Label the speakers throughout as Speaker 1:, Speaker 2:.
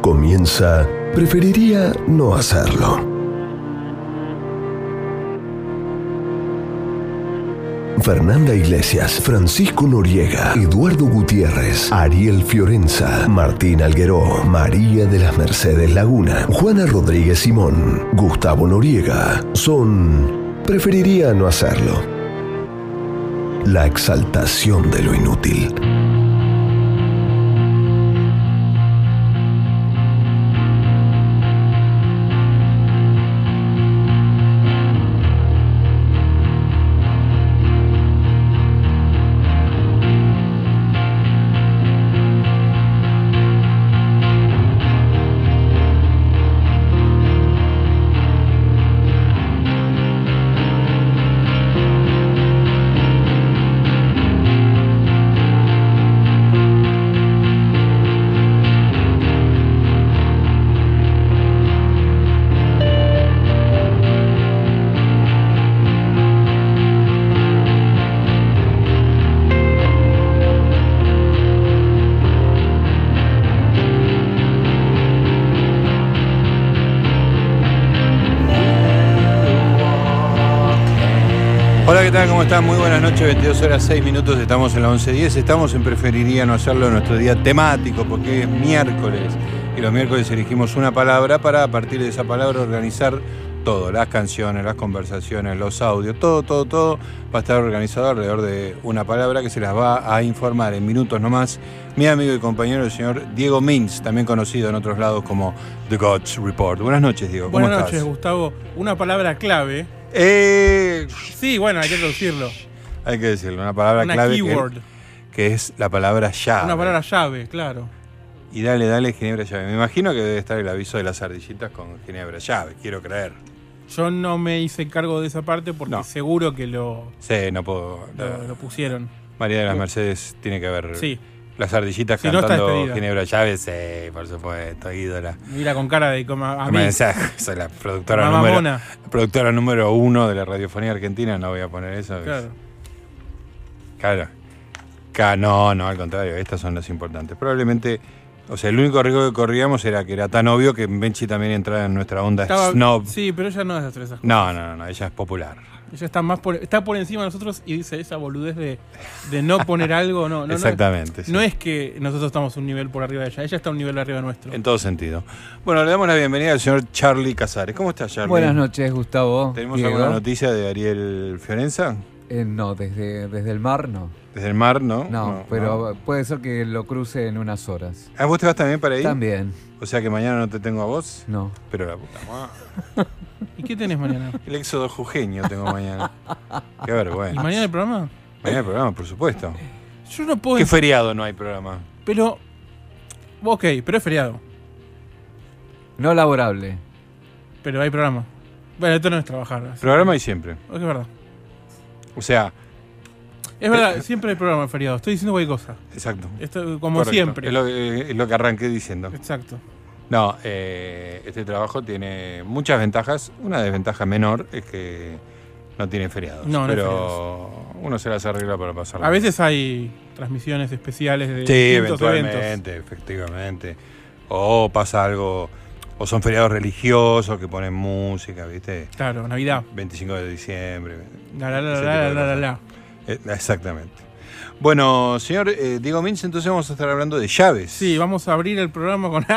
Speaker 1: comienza, preferiría no hacerlo. Fernanda Iglesias, Francisco Noriega, Eduardo Gutiérrez, Ariel Fiorenza, Martín Algueró, María de las Mercedes Laguna, Juana Rodríguez Simón, Gustavo Noriega, son... Preferiría no hacerlo. La exaltación de lo inútil.
Speaker 2: Hola, ¿qué tal? ¿Cómo están? Muy buenas noches, 22 horas 6 minutos, estamos en la 11.10, estamos en Preferiría no hacerlo en nuestro día temático, porque hoy es miércoles, y los miércoles elegimos una palabra para a partir de esa palabra organizar todo, las canciones, las conversaciones, los audios, todo, todo, todo va a estar organizado alrededor de una palabra que se las va a informar en minutos nomás mi amigo y compañero el señor Diego Mins, también conocido en otros lados como The Gods Report. Buenas noches, Diego, ¿cómo
Speaker 3: Buenas noches,
Speaker 2: estás?
Speaker 3: Gustavo. Una palabra clave.
Speaker 2: Eh,
Speaker 3: Sí, bueno, hay que traducirlo.
Speaker 2: hay que decirlo, una palabra
Speaker 3: Una
Speaker 2: clave que-
Speaker 3: keyword.
Speaker 2: que es la palabra ya.
Speaker 3: Una palabra llave, claro.
Speaker 2: Y dale, dale, Ginebra llave. Me imagino que debe estar el aviso de las ardillitas con Ginebra llave, quiero creer.
Speaker 3: Yo no me hice cargo de esa parte porque
Speaker 2: No.
Speaker 3: seguro que lo,
Speaker 2: Sí, no puedo. la-
Speaker 3: lo, lo pusieron.
Speaker 2: María de las Mercedes tiene que ver.
Speaker 3: Sí,
Speaker 2: Las ardillitas
Speaker 3: Si no, está
Speaker 2: cantando
Speaker 3: despedida.
Speaker 2: Ginebra llave, sí, por supuesto, ídola.
Speaker 3: mira con cara de como a
Speaker 2: No
Speaker 3: mí.
Speaker 2: me deshagas, soy la productora
Speaker 3: Mamá
Speaker 2: número,
Speaker 3: mona.
Speaker 2: productora número uno de la radiofonía argentina, no voy a poner eso. es-
Speaker 3: Claro.
Speaker 2: Claro. Ca- no, no, al contrario, estas son las importantes. Probablemente, o sea, el único riesgo que corríamos era que era tan obvio que Benchi también entrara en nuestra onda
Speaker 3: Estaba-
Speaker 2: snob.
Speaker 3: Sí, pero ella no es de hacer esas cosas.
Speaker 2: No, no, no, ella es popular.
Speaker 3: Ella está más por, está por encima de nosotros y dice esa boludez de, de no poner algo. No, no, no.
Speaker 2: Exactamente. sí.
Speaker 3: No es que nosotros estamos un nivel por arriba de ella, ella está un nivel arriba nuestro.
Speaker 2: En todo sentido. Bueno, le damos la bienvenida al señor Charlie Casares. ¿Cómo estás, Charlie?
Speaker 4: Buenas noches, Gustavo.
Speaker 2: ¿Tenemos
Speaker 4: Diego.
Speaker 2: alguna noticia de Ariel Fiorenza?
Speaker 4: Eh, no, desde, desde el mar no.
Speaker 2: Desde el mar, ¿no?
Speaker 4: No, pero puede ser que lo cruce en unas horas.
Speaker 2: ¿A vos te vas también para ahí?
Speaker 4: También,
Speaker 2: O sea que mañana no te tengo a vos,
Speaker 4: no.
Speaker 2: pero la puta madre.
Speaker 3: ¿Y qué tenés mañana?
Speaker 2: El éxodo jujeño tengo mañana. Qué
Speaker 3: ¿Y
Speaker 2: vergüenza.
Speaker 3: mañana el programa?
Speaker 2: Mañana el programa, por supuesto.
Speaker 3: Yo no puedo
Speaker 2: ¿Qué feriado no hay programa?
Speaker 3: Pero. Ok, pero es feriado.
Speaker 4: No laborable.
Speaker 3: Pero hay programa. Bueno, esto no es trabajar. así.
Speaker 2: Programa hay siempre.
Speaker 3: Es verdad.
Speaker 2: O sea,
Speaker 3: Es verdad, siempre hay programa en feriado. Estoy diciendo cualquier cosa.
Speaker 2: Eh, exacto.
Speaker 3: Esto, como
Speaker 2: Correcto.
Speaker 3: siempre.
Speaker 2: Es lo, que- es lo que arranqué diciendo.
Speaker 3: Exacto.
Speaker 2: No, eh, este trabajo tiene muchas ventajas. Una desventaja menor es que no tiene feriados.
Speaker 3: No, no hay
Speaker 2: pero uno se las arregla para pasar.
Speaker 3: A veces hay transmisiones especiales de
Speaker 2: Sí,
Speaker 3: distintos
Speaker 2: eventualmente,
Speaker 3: eventos.
Speaker 2: efectivamente. O pasa algo, o son feriados religiosos que ponen música, ¿viste?
Speaker 3: Claro, Navidad.
Speaker 2: 25 de diciembre.
Speaker 3: La la la
Speaker 2: ese
Speaker 3: la la
Speaker 2: tipo de
Speaker 3: la, la,
Speaker 2: cosas.
Speaker 3: la.
Speaker 2: Eh, exactamente. Bueno, señor eh, Diego Mins, entonces vamos a estar hablando de llaves.
Speaker 3: Sí, vamos a abrir el programa con.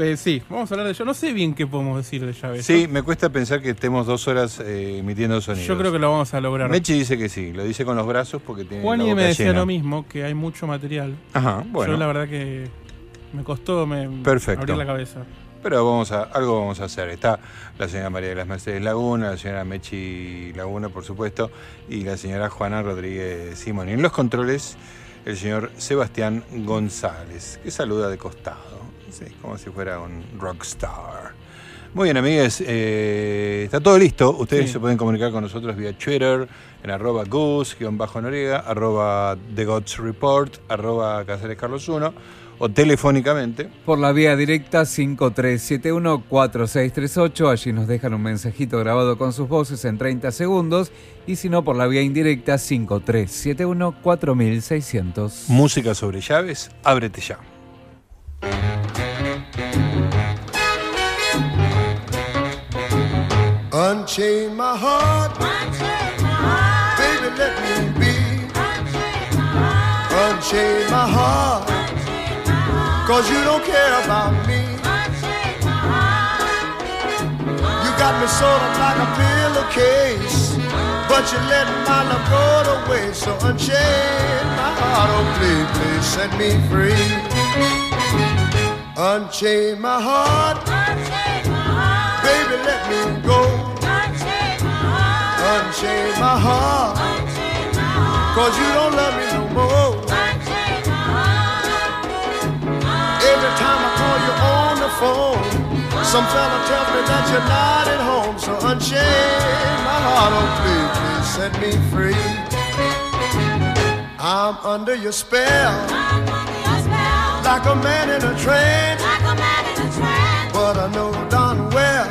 Speaker 3: Eh, sí, vamos a hablar de yo. No sé bien qué podemos decir de llaves.
Speaker 2: Sí, me cuesta pensar que estemos dos horas eh, emitiendo sonidos.
Speaker 3: Yo creo que lo vamos a lograr.
Speaker 2: Mechi dice que sí, lo dice con los brazos porque tiene la
Speaker 3: Juani
Speaker 2: boca
Speaker 3: me decía
Speaker 2: llena.
Speaker 3: lo mismo, que hay mucho material.
Speaker 2: Ajá, bueno.
Speaker 3: Yo la verdad que me costó me
Speaker 2: Perfecto.
Speaker 3: em, abrir la cabeza.
Speaker 2: Pero vamos a, algo vamos a hacer. Está la señora María de las Mercedes Laguna, la señora Mechi Laguna, por supuesto, y la señora Juana Rodríguez Simón. Y en los controles, el señor Sebastián González, que saluda de costado, sí, como si fuera un rockstar. Muy bien, amigues, eh, está todo listo. Ustedes
Speaker 3: Sí.
Speaker 2: se pueden comunicar con nosotros vía Twitter, en arroba goose-noriega, arroba The Gods Report, arroba Casares Carlos 1, o telefónicamente
Speaker 4: Por la vía directa 5371-4638, allí nos dejan un mensajito grabado con sus voces en 30 segundos, y si no, por la vía indirecta 5371-4600.
Speaker 2: Música sobre llaves, ábrete ya.
Speaker 5: Unchain my heart. Baby, let me be. Unchain my heart. Cause you don't care about me. You got me sort of like a pillowcase. But you let my love go to waste. So unchain my heart. Oh, please, please set me free. Unchain my heart. Baby, let me go. Unchain my heart. Cause you don't love me no more. Every time I call you on the phone, some fella tells me that you're not at home. So unchain my heart, oh please, please set me free. I'm under your spell, like a man in a trance. But I know darn well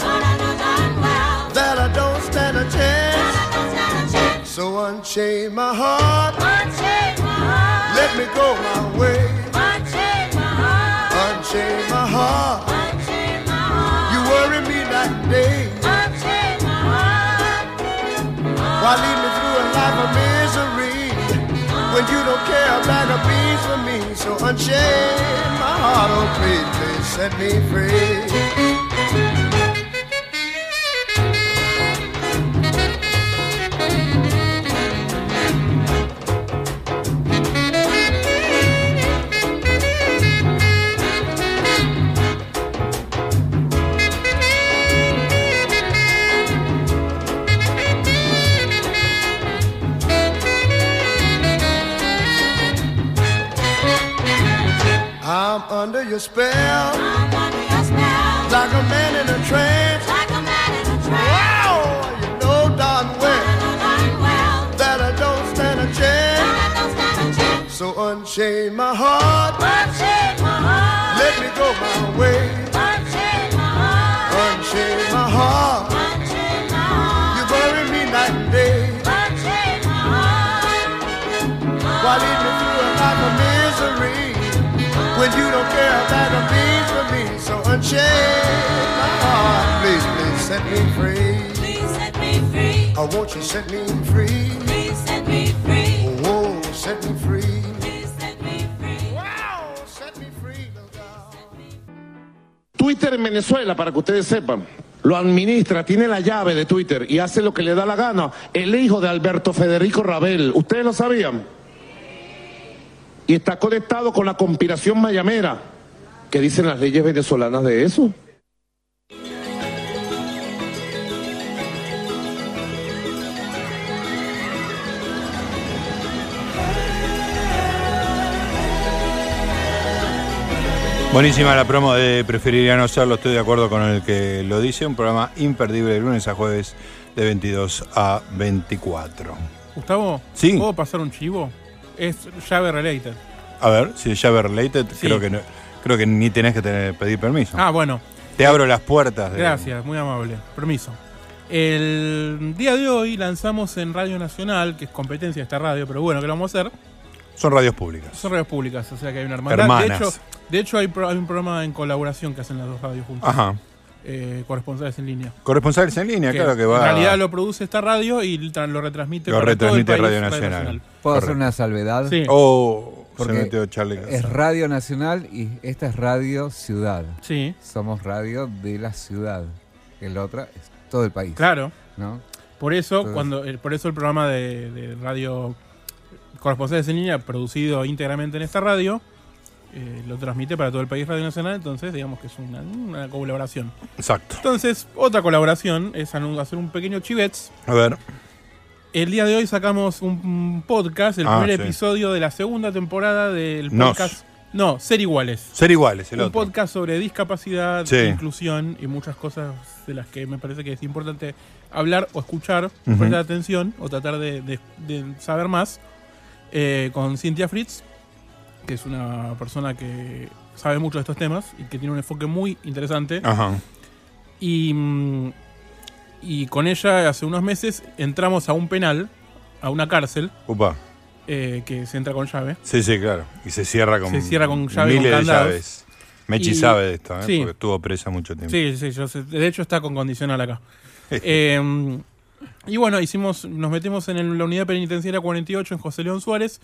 Speaker 5: that I don't stand a chance. So unchain my heart, let me go my way. Unchain my heart, you worry me that day. Why lead me through a life of misery when you don't care a bag of beans for me? So unchain my heart, oh please, please set me free. I'm under your spell, like a man in a trance. Wow, you know darn well that I don't stand a chance. So unchain my heart, let me go my way. Unchain my heart, you bury me night and day. Why lead me through a life of misery when you don't care about a thing for me? So unchain my heart, please, please set me free. I want you to set me free. Oh, Whoa, set me free. Wow, set me free, little girl.
Speaker 6: Twitter en Venezuela, para que ustedes sepan, lo administra, tiene la llave de Twitter y hace lo que le da la gana el hijo de Alberto Federico Rabel. ¿Ustedes lo sabían? Y está conectado con la conspiración mayamera. ¿Qué dicen las leyes venezolanas de eso?
Speaker 2: Buenísima la promo de Preferiría no serlo, estoy de acuerdo con el que lo dice. Un programa imperdible de lunes a jueves de 22 a 24.
Speaker 3: Gustavo,
Speaker 2: Sí.
Speaker 3: ¿puedo pasar un chivo? Es llave related.
Speaker 2: A ver, si es llave related,
Speaker 3: Sí.
Speaker 2: creo, que no- creo que ni tenés que tener- pedir permiso.
Speaker 3: Ah, bueno.
Speaker 2: Te abro las puertas. de-
Speaker 3: Gracias, muy amable. Permiso. El día de hoy lanzamos en Radio Nacional, que es competencia de esta radio, pero bueno, que lo vamos a hacer.
Speaker 2: Son radios públicas.
Speaker 3: Son radios públicas, o sea que hay una hermandad.
Speaker 2: Hermanas.
Speaker 3: De hecho, de hecho hay, pro- hay un programa en colaboración que hacen las dos radios juntas.
Speaker 2: Ajá.
Speaker 3: eh, corresponsales en línea.
Speaker 2: Corresponsales en línea, claro que va.
Speaker 3: En realidad lo produce esta radio y tra- lo retransmite
Speaker 2: Lo
Speaker 3: para todo el
Speaker 2: retransmite
Speaker 3: país,
Speaker 2: Radio Nacional.
Speaker 4: ¿Puedo
Speaker 2: Correcto.
Speaker 4: hacer una salvedad?
Speaker 3: Sí,
Speaker 2: Oh, se
Speaker 4: Porque
Speaker 2: metió Charlie.
Speaker 4: Es Radio Nacional y esta es Radio Ciudad.
Speaker 3: sí,
Speaker 4: Somos radio de la ciudad. El otra es todo el país.
Speaker 3: claro.
Speaker 4: ¿no?
Speaker 3: Por eso,
Speaker 4: Entonces-
Speaker 3: cuando, eh, por eso el programa de, de radio corresponsales en línea, producido íntegramente en esta radio, eh, lo transmite para todo el país Radio Nacional, entonces digamos que es una, una colaboración.
Speaker 2: Exacto.
Speaker 3: Entonces, otra colaboración es anu- hacer un pequeño chivets.
Speaker 2: A ver.
Speaker 3: El día de hoy sacamos un podcast, el
Speaker 2: Ah,
Speaker 3: primer
Speaker 2: sí.
Speaker 3: episodio de la segunda temporada del
Speaker 2: Nos.
Speaker 3: podcast. No, Ser Iguales.
Speaker 2: Ser iguales, el
Speaker 3: un
Speaker 2: otro.
Speaker 3: podcast sobre discapacidad,
Speaker 2: Sí.
Speaker 3: inclusión y muchas cosas de las que me parece que es importante hablar o escuchar, prestar atención o tratar de, de- de saber más eh, con Cintia Fritz, que es una persona que sabe mucho de estos temas y que tiene un enfoque muy interesante.
Speaker 2: Ajá.
Speaker 3: Y, mm, y con ella hace unos meses entramos a un penal, a una cárcel,
Speaker 2: Upa.
Speaker 3: eh, que se entra con llave.
Speaker 2: Sí, sí, claro. Y se cierra con,
Speaker 3: Se cierra con llave,
Speaker 2: miles
Speaker 3: con
Speaker 2: de
Speaker 3: candados.
Speaker 2: llaves. Mechi
Speaker 3: Y-
Speaker 2: sabe de esto, ¿eh?
Speaker 3: sí.
Speaker 2: porque estuvo presa mucho tiempo.
Speaker 3: Sí, sí, yo sé- de hecho está con condicional acá. Eh, y bueno, hicimos, nos metimos en el- la unidad penitenciaria 48 en José León Suárez,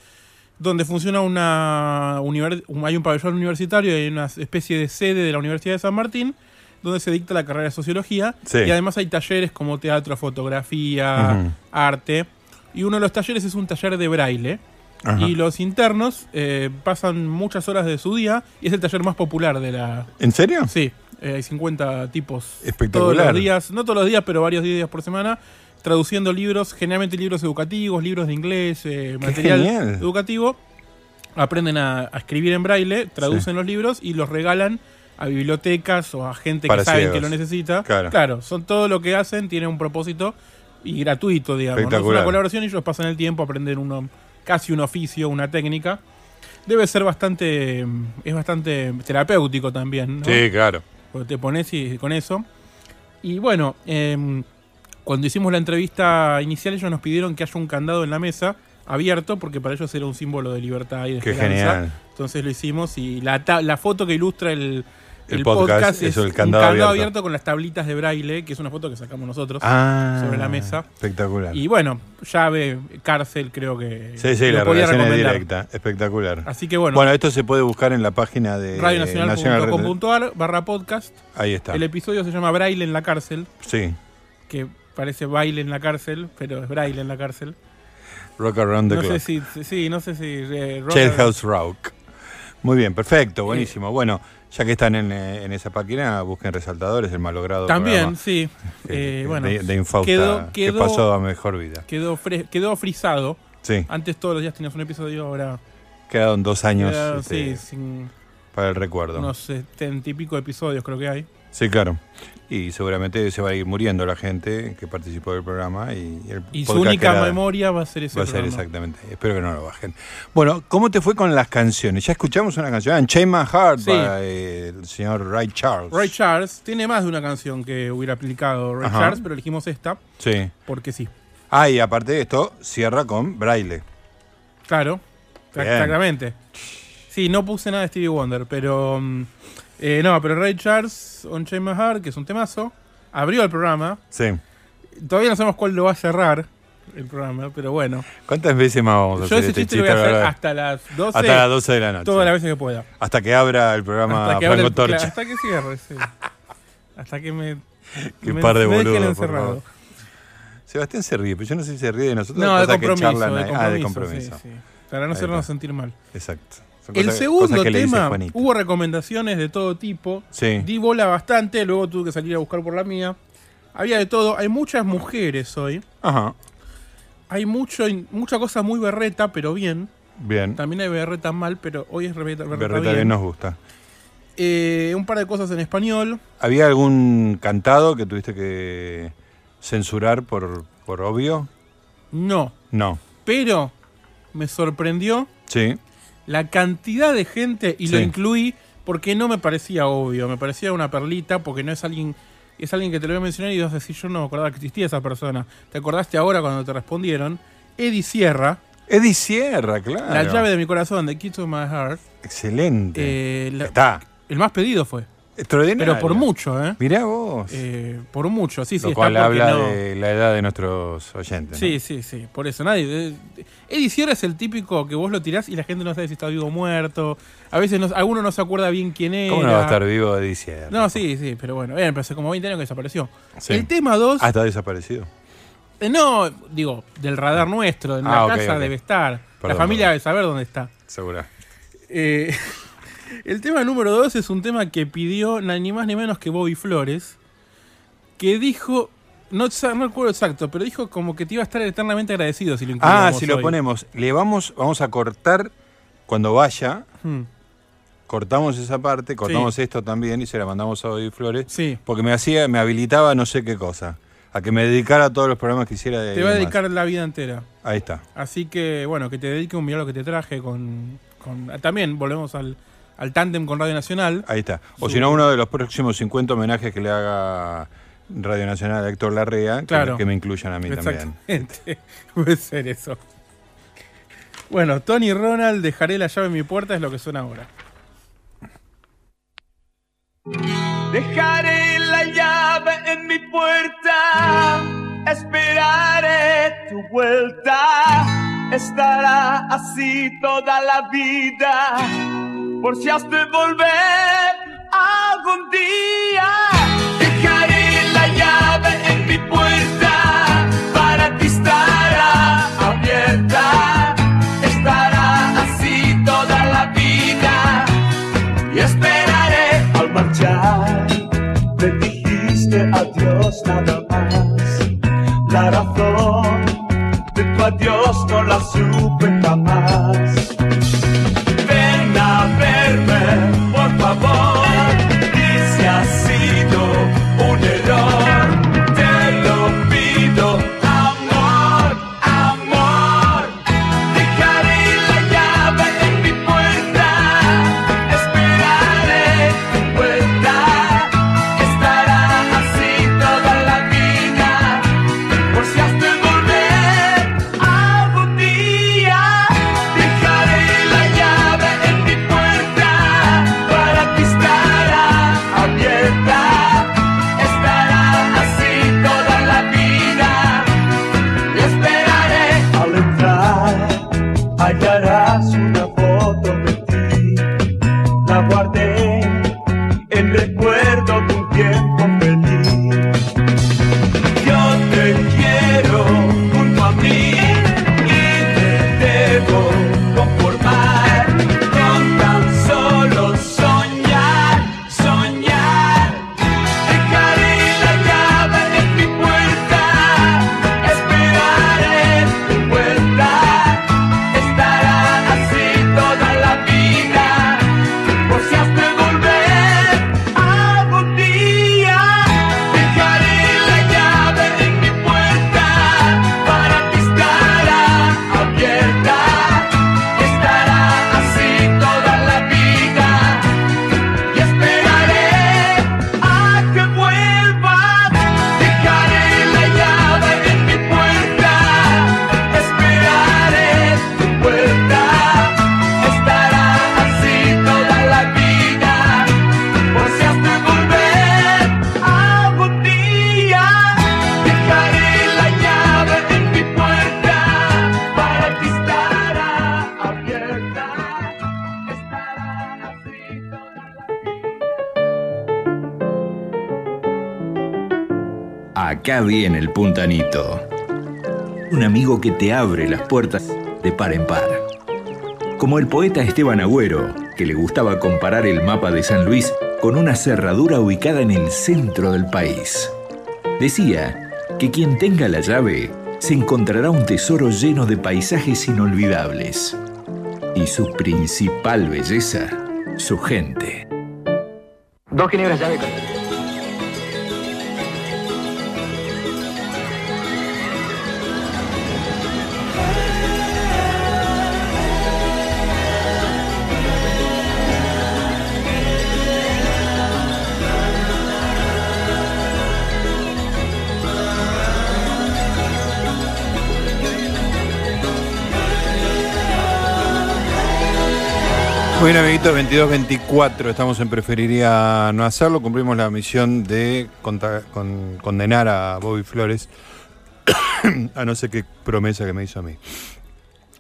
Speaker 3: donde funciona una univer- un- hay un pabellón universitario, hay una especie de sede de la Universidad de San Martín, donde se dicta la carrera de sociología.
Speaker 2: Sí.
Speaker 3: Y además hay talleres como teatro, fotografía,
Speaker 2: Ujú.
Speaker 3: arte. Y uno de los talleres es un taller de braille.
Speaker 2: Ajá.
Speaker 3: Y los internos eh, pasan muchas horas de su día y es el taller más popular de la,
Speaker 2: ¿En serio?
Speaker 3: Sí, eh, hay 50 tipos.
Speaker 2: Espectacular.
Speaker 3: Todos los días, no todos los días, pero varios días por semana, traduciendo libros, generalmente libros educativos, libros de inglés, eh, material
Speaker 2: genial.
Speaker 3: educativo. Aprenden a, a escribir en braille, traducen los libros y los regalan a bibliotecas o a gente
Speaker 2: Para
Speaker 3: que saben que lo
Speaker 2: ciegos.
Speaker 3: necesita.
Speaker 2: Claro.
Speaker 3: son todo lo que hacen, tiene un propósito y gratuito, digamos. ¿no? Es
Speaker 2: Espectacular.
Speaker 3: una colaboración y ellos pasan el tiempo a aprender uno, casi un oficio, una técnica. Debe ser bastante, mm, es bastante terapéutico también, ¿no?
Speaker 2: Sí, claro.
Speaker 3: Porque te pones y, con eso. Y bueno, em, cuando hicimos la entrevista inicial, ellos nos pidieron que haya un candado en la mesa abierto, porque para ellos era un símbolo de libertad y de
Speaker 2: Qué
Speaker 3: esperanza.
Speaker 2: genial.
Speaker 3: Entonces lo hicimos y la, ta- la foto que ilustra el,
Speaker 2: El podcast es el candado
Speaker 3: un candado
Speaker 2: abierto.
Speaker 3: abierto. con las tablitas de braille, que es una foto que sacamos nosotros
Speaker 2: Ah,
Speaker 3: sobre la mesa.
Speaker 2: Espectacular.
Speaker 3: Y bueno, llave, cárcel, creo que.
Speaker 2: sí, sí,
Speaker 3: Eh, lo
Speaker 2: la
Speaker 3: podía
Speaker 2: relación es
Speaker 3: recomendar.
Speaker 2: directa. Espectacular.
Speaker 3: Así que bueno,
Speaker 2: Bueno, esto se puede buscar en la página de Nacional-
Speaker 3: radionacional.com.ar barra podcast.
Speaker 2: eh, Ahí está.
Speaker 3: El episodio se llama Braille en la cárcel,
Speaker 2: Sí.
Speaker 3: que parece baile en la cárcel, pero es Braille en la cárcel.
Speaker 2: Rock Around the
Speaker 3: No sé
Speaker 2: Clock.
Speaker 3: si, sí, no sé si... eh, Rock-
Speaker 2: Jailhouse Rock. Muy bien,
Speaker 3: Eh,
Speaker 2: perfecto, buenísimo. Bueno, ya que están en, eh, en esa página, busquen resaltadores, el malogrado.
Speaker 3: También,
Speaker 2: programa
Speaker 3: sí. Eh,
Speaker 2: que-
Speaker 3: bueno,
Speaker 2: de, de Infausta,
Speaker 3: quedó,
Speaker 2: que
Speaker 3: quedó,
Speaker 2: pasó a mejor vida.
Speaker 3: quedó, fre- quedó frisado.
Speaker 2: Sí,
Speaker 3: Antes todos los días tenías un episodio, ahora...
Speaker 2: quedaron dos años
Speaker 3: quedaron,
Speaker 2: este,
Speaker 3: sí, sin
Speaker 2: para el recuerdo.
Speaker 3: unos setenta y pico episodios creo que hay.
Speaker 2: Sí, claro. Y seguramente se va a ir muriendo la gente que participó del programa y, el
Speaker 3: Y su
Speaker 2: podcast
Speaker 3: única
Speaker 2: queda-
Speaker 3: memoria va a ser ese
Speaker 2: Va a ser
Speaker 3: programa.
Speaker 2: exactamente. Espero que no lo bajen. Bueno, ¿cómo te fue con las canciones? Ya escuchamos una canción, Unchain My Heart,
Speaker 3: Sí.
Speaker 2: by eh, el señor Ray Charles.
Speaker 3: Ray Charles tiene más de una canción que hubiera aplicado Ray
Speaker 2: Ajá.
Speaker 3: Charles, pero elegimos esta
Speaker 2: Sí.
Speaker 3: porque sí.
Speaker 2: Ah, y aparte de esto, cierra con braille.
Speaker 3: Claro,
Speaker 2: Bien.
Speaker 3: exactamente. Sí, no puse nada de Stevie Wonder, pero. mm, eh, no, pero Ray Charles, On Chain My Heart, que es un temazo, abrió el programa.
Speaker 2: Sí.
Speaker 3: Todavía no sabemos cuál lo va a cerrar el programa, pero bueno.
Speaker 2: ¿Cuántas veces más vamos
Speaker 3: Yo
Speaker 2: a hacer
Speaker 3: ese
Speaker 2: este
Speaker 3: chiste lo voy a
Speaker 2: la
Speaker 3: hacer
Speaker 2: verdad?
Speaker 3: hasta las 12,
Speaker 2: Hasta las 12 de la noche.
Speaker 3: todas las veces que pueda.
Speaker 2: Hasta que abra el programa
Speaker 3: Hasta que, abra
Speaker 2: Franco
Speaker 3: el-
Speaker 2: Torcha.
Speaker 3: hasta que cierre, sí. Hasta que me.
Speaker 2: Qué
Speaker 3: me-
Speaker 2: par de
Speaker 3: me dejen
Speaker 2: boludos, por
Speaker 3: encerrado.
Speaker 2: favor. Sebastián se ríe, pero yo no sé si se ríe de nosotros.
Speaker 3: No,
Speaker 2: o
Speaker 3: de
Speaker 2: cosa que
Speaker 3: compromiso, de
Speaker 2: charlan ahí.
Speaker 3: compromiso.
Speaker 2: Ah, de compromiso.
Speaker 3: sí, sí. Para no
Speaker 2: Ahí
Speaker 3: hacernos
Speaker 2: está.
Speaker 3: sentir mal.
Speaker 2: Exacto. Son
Speaker 3: El
Speaker 2: cosas-
Speaker 3: segundo
Speaker 2: cosas que le dice
Speaker 3: tema,
Speaker 2: Juanito.
Speaker 3: hubo recomendaciones de todo tipo.
Speaker 2: Sí.
Speaker 3: Di bola bastante, luego tuve que salir a buscar por la mía. Había de todo, hay muchas mujeres hoy.
Speaker 2: Ajá.
Speaker 3: Hay mucho, mucha cosa muy berreta, pero bien.
Speaker 2: Bien.
Speaker 3: También hay berreta mal, pero hoy es berreta, berreta
Speaker 2: Berreta
Speaker 3: bien.
Speaker 2: bien nos gusta.
Speaker 3: Eh, un par de cosas en español.
Speaker 2: ¿Había algún cantado que tuviste que censurar por, por obvio?
Speaker 3: No,
Speaker 2: No.
Speaker 3: pero me sorprendió
Speaker 2: Sí.
Speaker 3: la cantidad de gente y lo
Speaker 2: Sí.
Speaker 3: incluí porque no me parecía obvio, me parecía una perlita porque no es alguien es alguien que te lo voy a mencionar y vas a decir yo no me acordaba que existía esa persona. Te acordaste ahora cuando te respondieron Eddie Sierra,
Speaker 2: Eddie Sierra, claro.
Speaker 3: La llave de mi corazón de Kiss of My Heart.
Speaker 2: Excelente.
Speaker 3: eh, la-
Speaker 2: Está.
Speaker 3: el más pedido fue,
Speaker 2: Extraordinario.
Speaker 3: pero por mucho, ¿eh?
Speaker 2: Mirá vos.
Speaker 3: Eh, por mucho, sí, sí,
Speaker 2: Lo
Speaker 3: está
Speaker 2: cual
Speaker 3: porque
Speaker 2: habla
Speaker 3: no-
Speaker 2: de la edad de nuestros oyentes. ¿no?
Speaker 3: Sí, sí, sí, por eso nadie. de- de- Eddie Sierra es el típico que vos lo tirás y la gente no sabe si está vivo o muerto. A veces no, alguno no se acuerda bien quién era.
Speaker 2: ¿Cómo no va a estar vivo Eddie Sierra?
Speaker 3: No, sí, sí, pero bueno, bien, pero hace como 20 años que desapareció.
Speaker 2: Sí.
Speaker 3: El tema 2,
Speaker 2: Ah, está desaparecido.
Speaker 3: no, digo, del radar nuestro, en
Speaker 2: Ah,
Speaker 3: la
Speaker 2: ok,
Speaker 3: casa
Speaker 2: ok.
Speaker 3: debe estar.
Speaker 2: Perdón,
Speaker 3: la familia
Speaker 2: perdón.
Speaker 3: debe saber dónde está.
Speaker 2: Segura.
Speaker 3: Eh, el tema número 2 es un tema que pidió na- ni más ni menos que Bobby Flores, que dijo, no, sa- no recuerdo exacto, pero dijo como que te iba a estar eternamente agradecido si lo
Speaker 2: Ah,
Speaker 3: incluíamos
Speaker 2: si lo
Speaker 3: hoy.
Speaker 2: ponemos, le vamos, vamos a cortar cuando vaya,
Speaker 3: Hmm,
Speaker 2: cortamos esa parte, cortamos esto también y se la mandamos a Bobby Flores.
Speaker 3: Sí.
Speaker 2: Porque me hacía, me habilitaba no sé qué cosa. A que me dedicara a todos los programas que hiciera de.
Speaker 3: Te va a
Speaker 2: demás.
Speaker 3: dedicar la vida entera.
Speaker 2: Ahí está.
Speaker 3: Así que, bueno, que te dedique un mirá lo que te traje con... con- también volvemos al, al tándem con Radio Nacional.
Speaker 2: Ahí está. O
Speaker 3: Sí.
Speaker 2: si no, uno de los próximos 50 homenajes que le haga Radio Nacional a Héctor Larrea, que-
Speaker 3: Claro.
Speaker 2: que, me incluyan a mí también.
Speaker 3: Exactamente. Puede ser eso. Bueno, Tony Ronald, dejaré la llave en mi puerta, es lo que suena ahora.
Speaker 7: Dejaré la llave en mi puerta, esperaré tu vuelta. Estará así toda la vida, por si has de volver algún día. Dejaré la llave en mi puerta, para ti estará abierta. Estará así toda la vida, y esperaré al marchar. Me dijiste adiós nada más. La razón de tu adiós no la supe jamás. Ven a verme, por favor. Y si ha sido un error, te lo pido. Amor, amor, dejaré la llave en mi puerta. Esperaré tu vuelta. Estará así toda la vida. Por si has de volver algún día, dejaré la llave en mi puerta. Para ti estará abierta. Estará así toda la vida. Y esperaré al entrar. Hallarás una foto de ti. La guardé en recuerdo de un tiempo feliz. Yo te quiero junto a mí y te debo conformar con tan solo soñar, soñar. Dejaré la llave en mi puerta, esperaré tu vuelta. Estará así toda la vida, por si has de volver algún día. Dejaré la llave en mi puerta, para ti estará abierta. Estará así toda la vida, y esperaré a que vuelvas. Dejaré la llave en mi puerta. Esperaré tu vuelta. Estará así toda la vida. Por si has de volver algún día. Dejaré la llave en mi puerta. Para ti estará abierta. Estará así toda la vida.
Speaker 8: Acá viene el puntanito. Un amigo que te abre las puertas de par en par. Como el poeta Esteban Agüero, que le gustaba comparar el mapa de San Luis con una cerradura ubicada en el centro del país. Decía que quien tenga la llave se encontrará un tesoro lleno de paisajes inolvidables. Y su principal belleza, su gente.
Speaker 9: Dos ginebras llave.
Speaker 2: Muy bien, amiguitos, 22-24, estamos en Preferiría No Hacerlo. Cumplimos la misión de conta- con- condenar a Bobby Flores, a no sé qué promesa que me hizo a mí.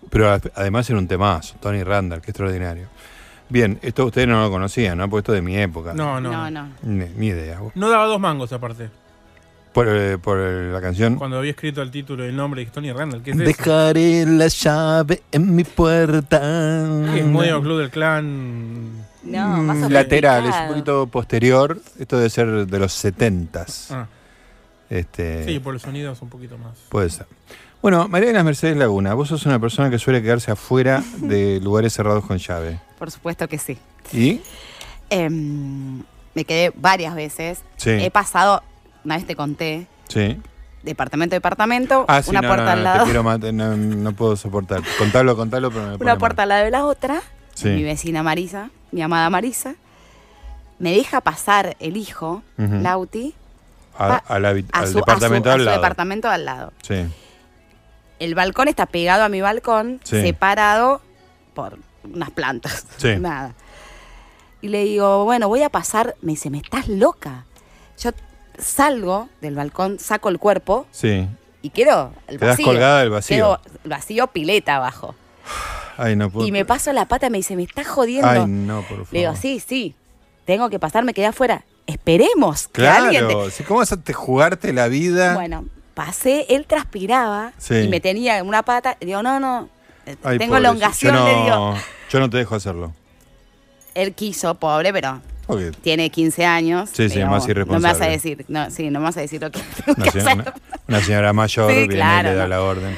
Speaker 2: Pero a- además era un temazo, Tony Randall, qué extraordinario. Bien, esto ustedes no lo conocían, ¿no? Puesto de mi época.
Speaker 3: No, no.
Speaker 10: No,
Speaker 3: No,
Speaker 10: no.
Speaker 2: Ni, ni idea.
Speaker 3: daba dos mangos aparte.
Speaker 2: Por, eh, por la canción.
Speaker 3: Cuando había escrito el título y el nombre de Tony Randall, ¿qué es eso?
Speaker 2: Dejaré la llave en mi puerta.
Speaker 3: Es muy del Club del Clan.
Speaker 10: No, más sofisticado.
Speaker 2: Mm, lateral, es un poquito posterior. Esto debe ser de los 70s.
Speaker 3: Ah.
Speaker 2: Este,
Speaker 3: Sí, por el sonido es un poquito más.
Speaker 2: Puede ser. Bueno, María de las Mercedes Laguna, vos sos una persona que suele quedarse afuera de lugares cerrados con llave.
Speaker 10: Por supuesto que sí.
Speaker 2: ¿Y?
Speaker 10: Em, me quedé varias veces.
Speaker 2: Sí.
Speaker 10: He pasado, una vez te conté,
Speaker 2: Sí.
Speaker 10: departamento a departamento,
Speaker 2: Ah, sí,
Speaker 10: Oh, una
Speaker 2: no,
Speaker 10: puerta
Speaker 2: no,
Speaker 10: al
Speaker 2: no,
Speaker 10: lado,
Speaker 2: te quiero matar, no, no puedo soportar. Contalo, contalo, pero me pone
Speaker 10: una
Speaker 2: mal.
Speaker 10: puerta al lado de la otra.
Speaker 2: Sí.
Speaker 10: Mi vecina Marisa, mi amada Marisa, me deja pasar el hijo,
Speaker 2: Ujú.
Speaker 10: Lauti,
Speaker 2: A-
Speaker 10: pa-
Speaker 2: al, habi-
Speaker 10: a
Speaker 2: al
Speaker 10: su- a
Speaker 2: departamento
Speaker 10: su- a
Speaker 2: al
Speaker 10: su
Speaker 2: lado.
Speaker 10: departamento al lado.
Speaker 2: Sí.
Speaker 10: El balcón está pegado a mi balcón,
Speaker 2: Sí.
Speaker 10: separado por unas plantas.
Speaker 2: Sí.
Speaker 10: Nada. Y le digo, bueno, voy a pasar. Me dice, ¿me estás loca? Yo salgo del balcón, saco el cuerpo
Speaker 2: Sí.
Speaker 10: y quedo el
Speaker 2: Quedás
Speaker 10: vacío.
Speaker 2: colgada del vacío.
Speaker 10: Quedo vacío pileta abajo.
Speaker 2: Ay, no puedo.
Speaker 10: Y me paso la pata y me dice, me estás jodiendo.
Speaker 2: Ay, no, por favor.
Speaker 10: Le digo, sí, sí, tengo que pasar, me quedé afuera. Esperemos que alguien te...
Speaker 2: Claro, sí, ¿cómo vas a te- jugarte la vida?
Speaker 10: Bueno, pasé, él transpiraba
Speaker 2: Sí.
Speaker 10: y me tenía en una pata. Digo, no, no, eh,
Speaker 2: Ay,
Speaker 10: tengo
Speaker 2: pobrecito.
Speaker 10: elongación,
Speaker 2: yo
Speaker 10: le digo.
Speaker 2: no, Yo no te dejo hacerlo.
Speaker 10: Él quiso, pobre, pero
Speaker 2: Porque
Speaker 10: tiene 15 años.
Speaker 2: Sí, sí,
Speaker 10: digo,
Speaker 2: más
Speaker 10: No me vas
Speaker 2: irresponsable.
Speaker 10: a decir, no, sí, no me vas a decir lo que
Speaker 2: una, señora, una- una señora mayor
Speaker 10: Sí,
Speaker 2: viene
Speaker 10: claro,
Speaker 2: y le da
Speaker 10: no.
Speaker 2: la orden.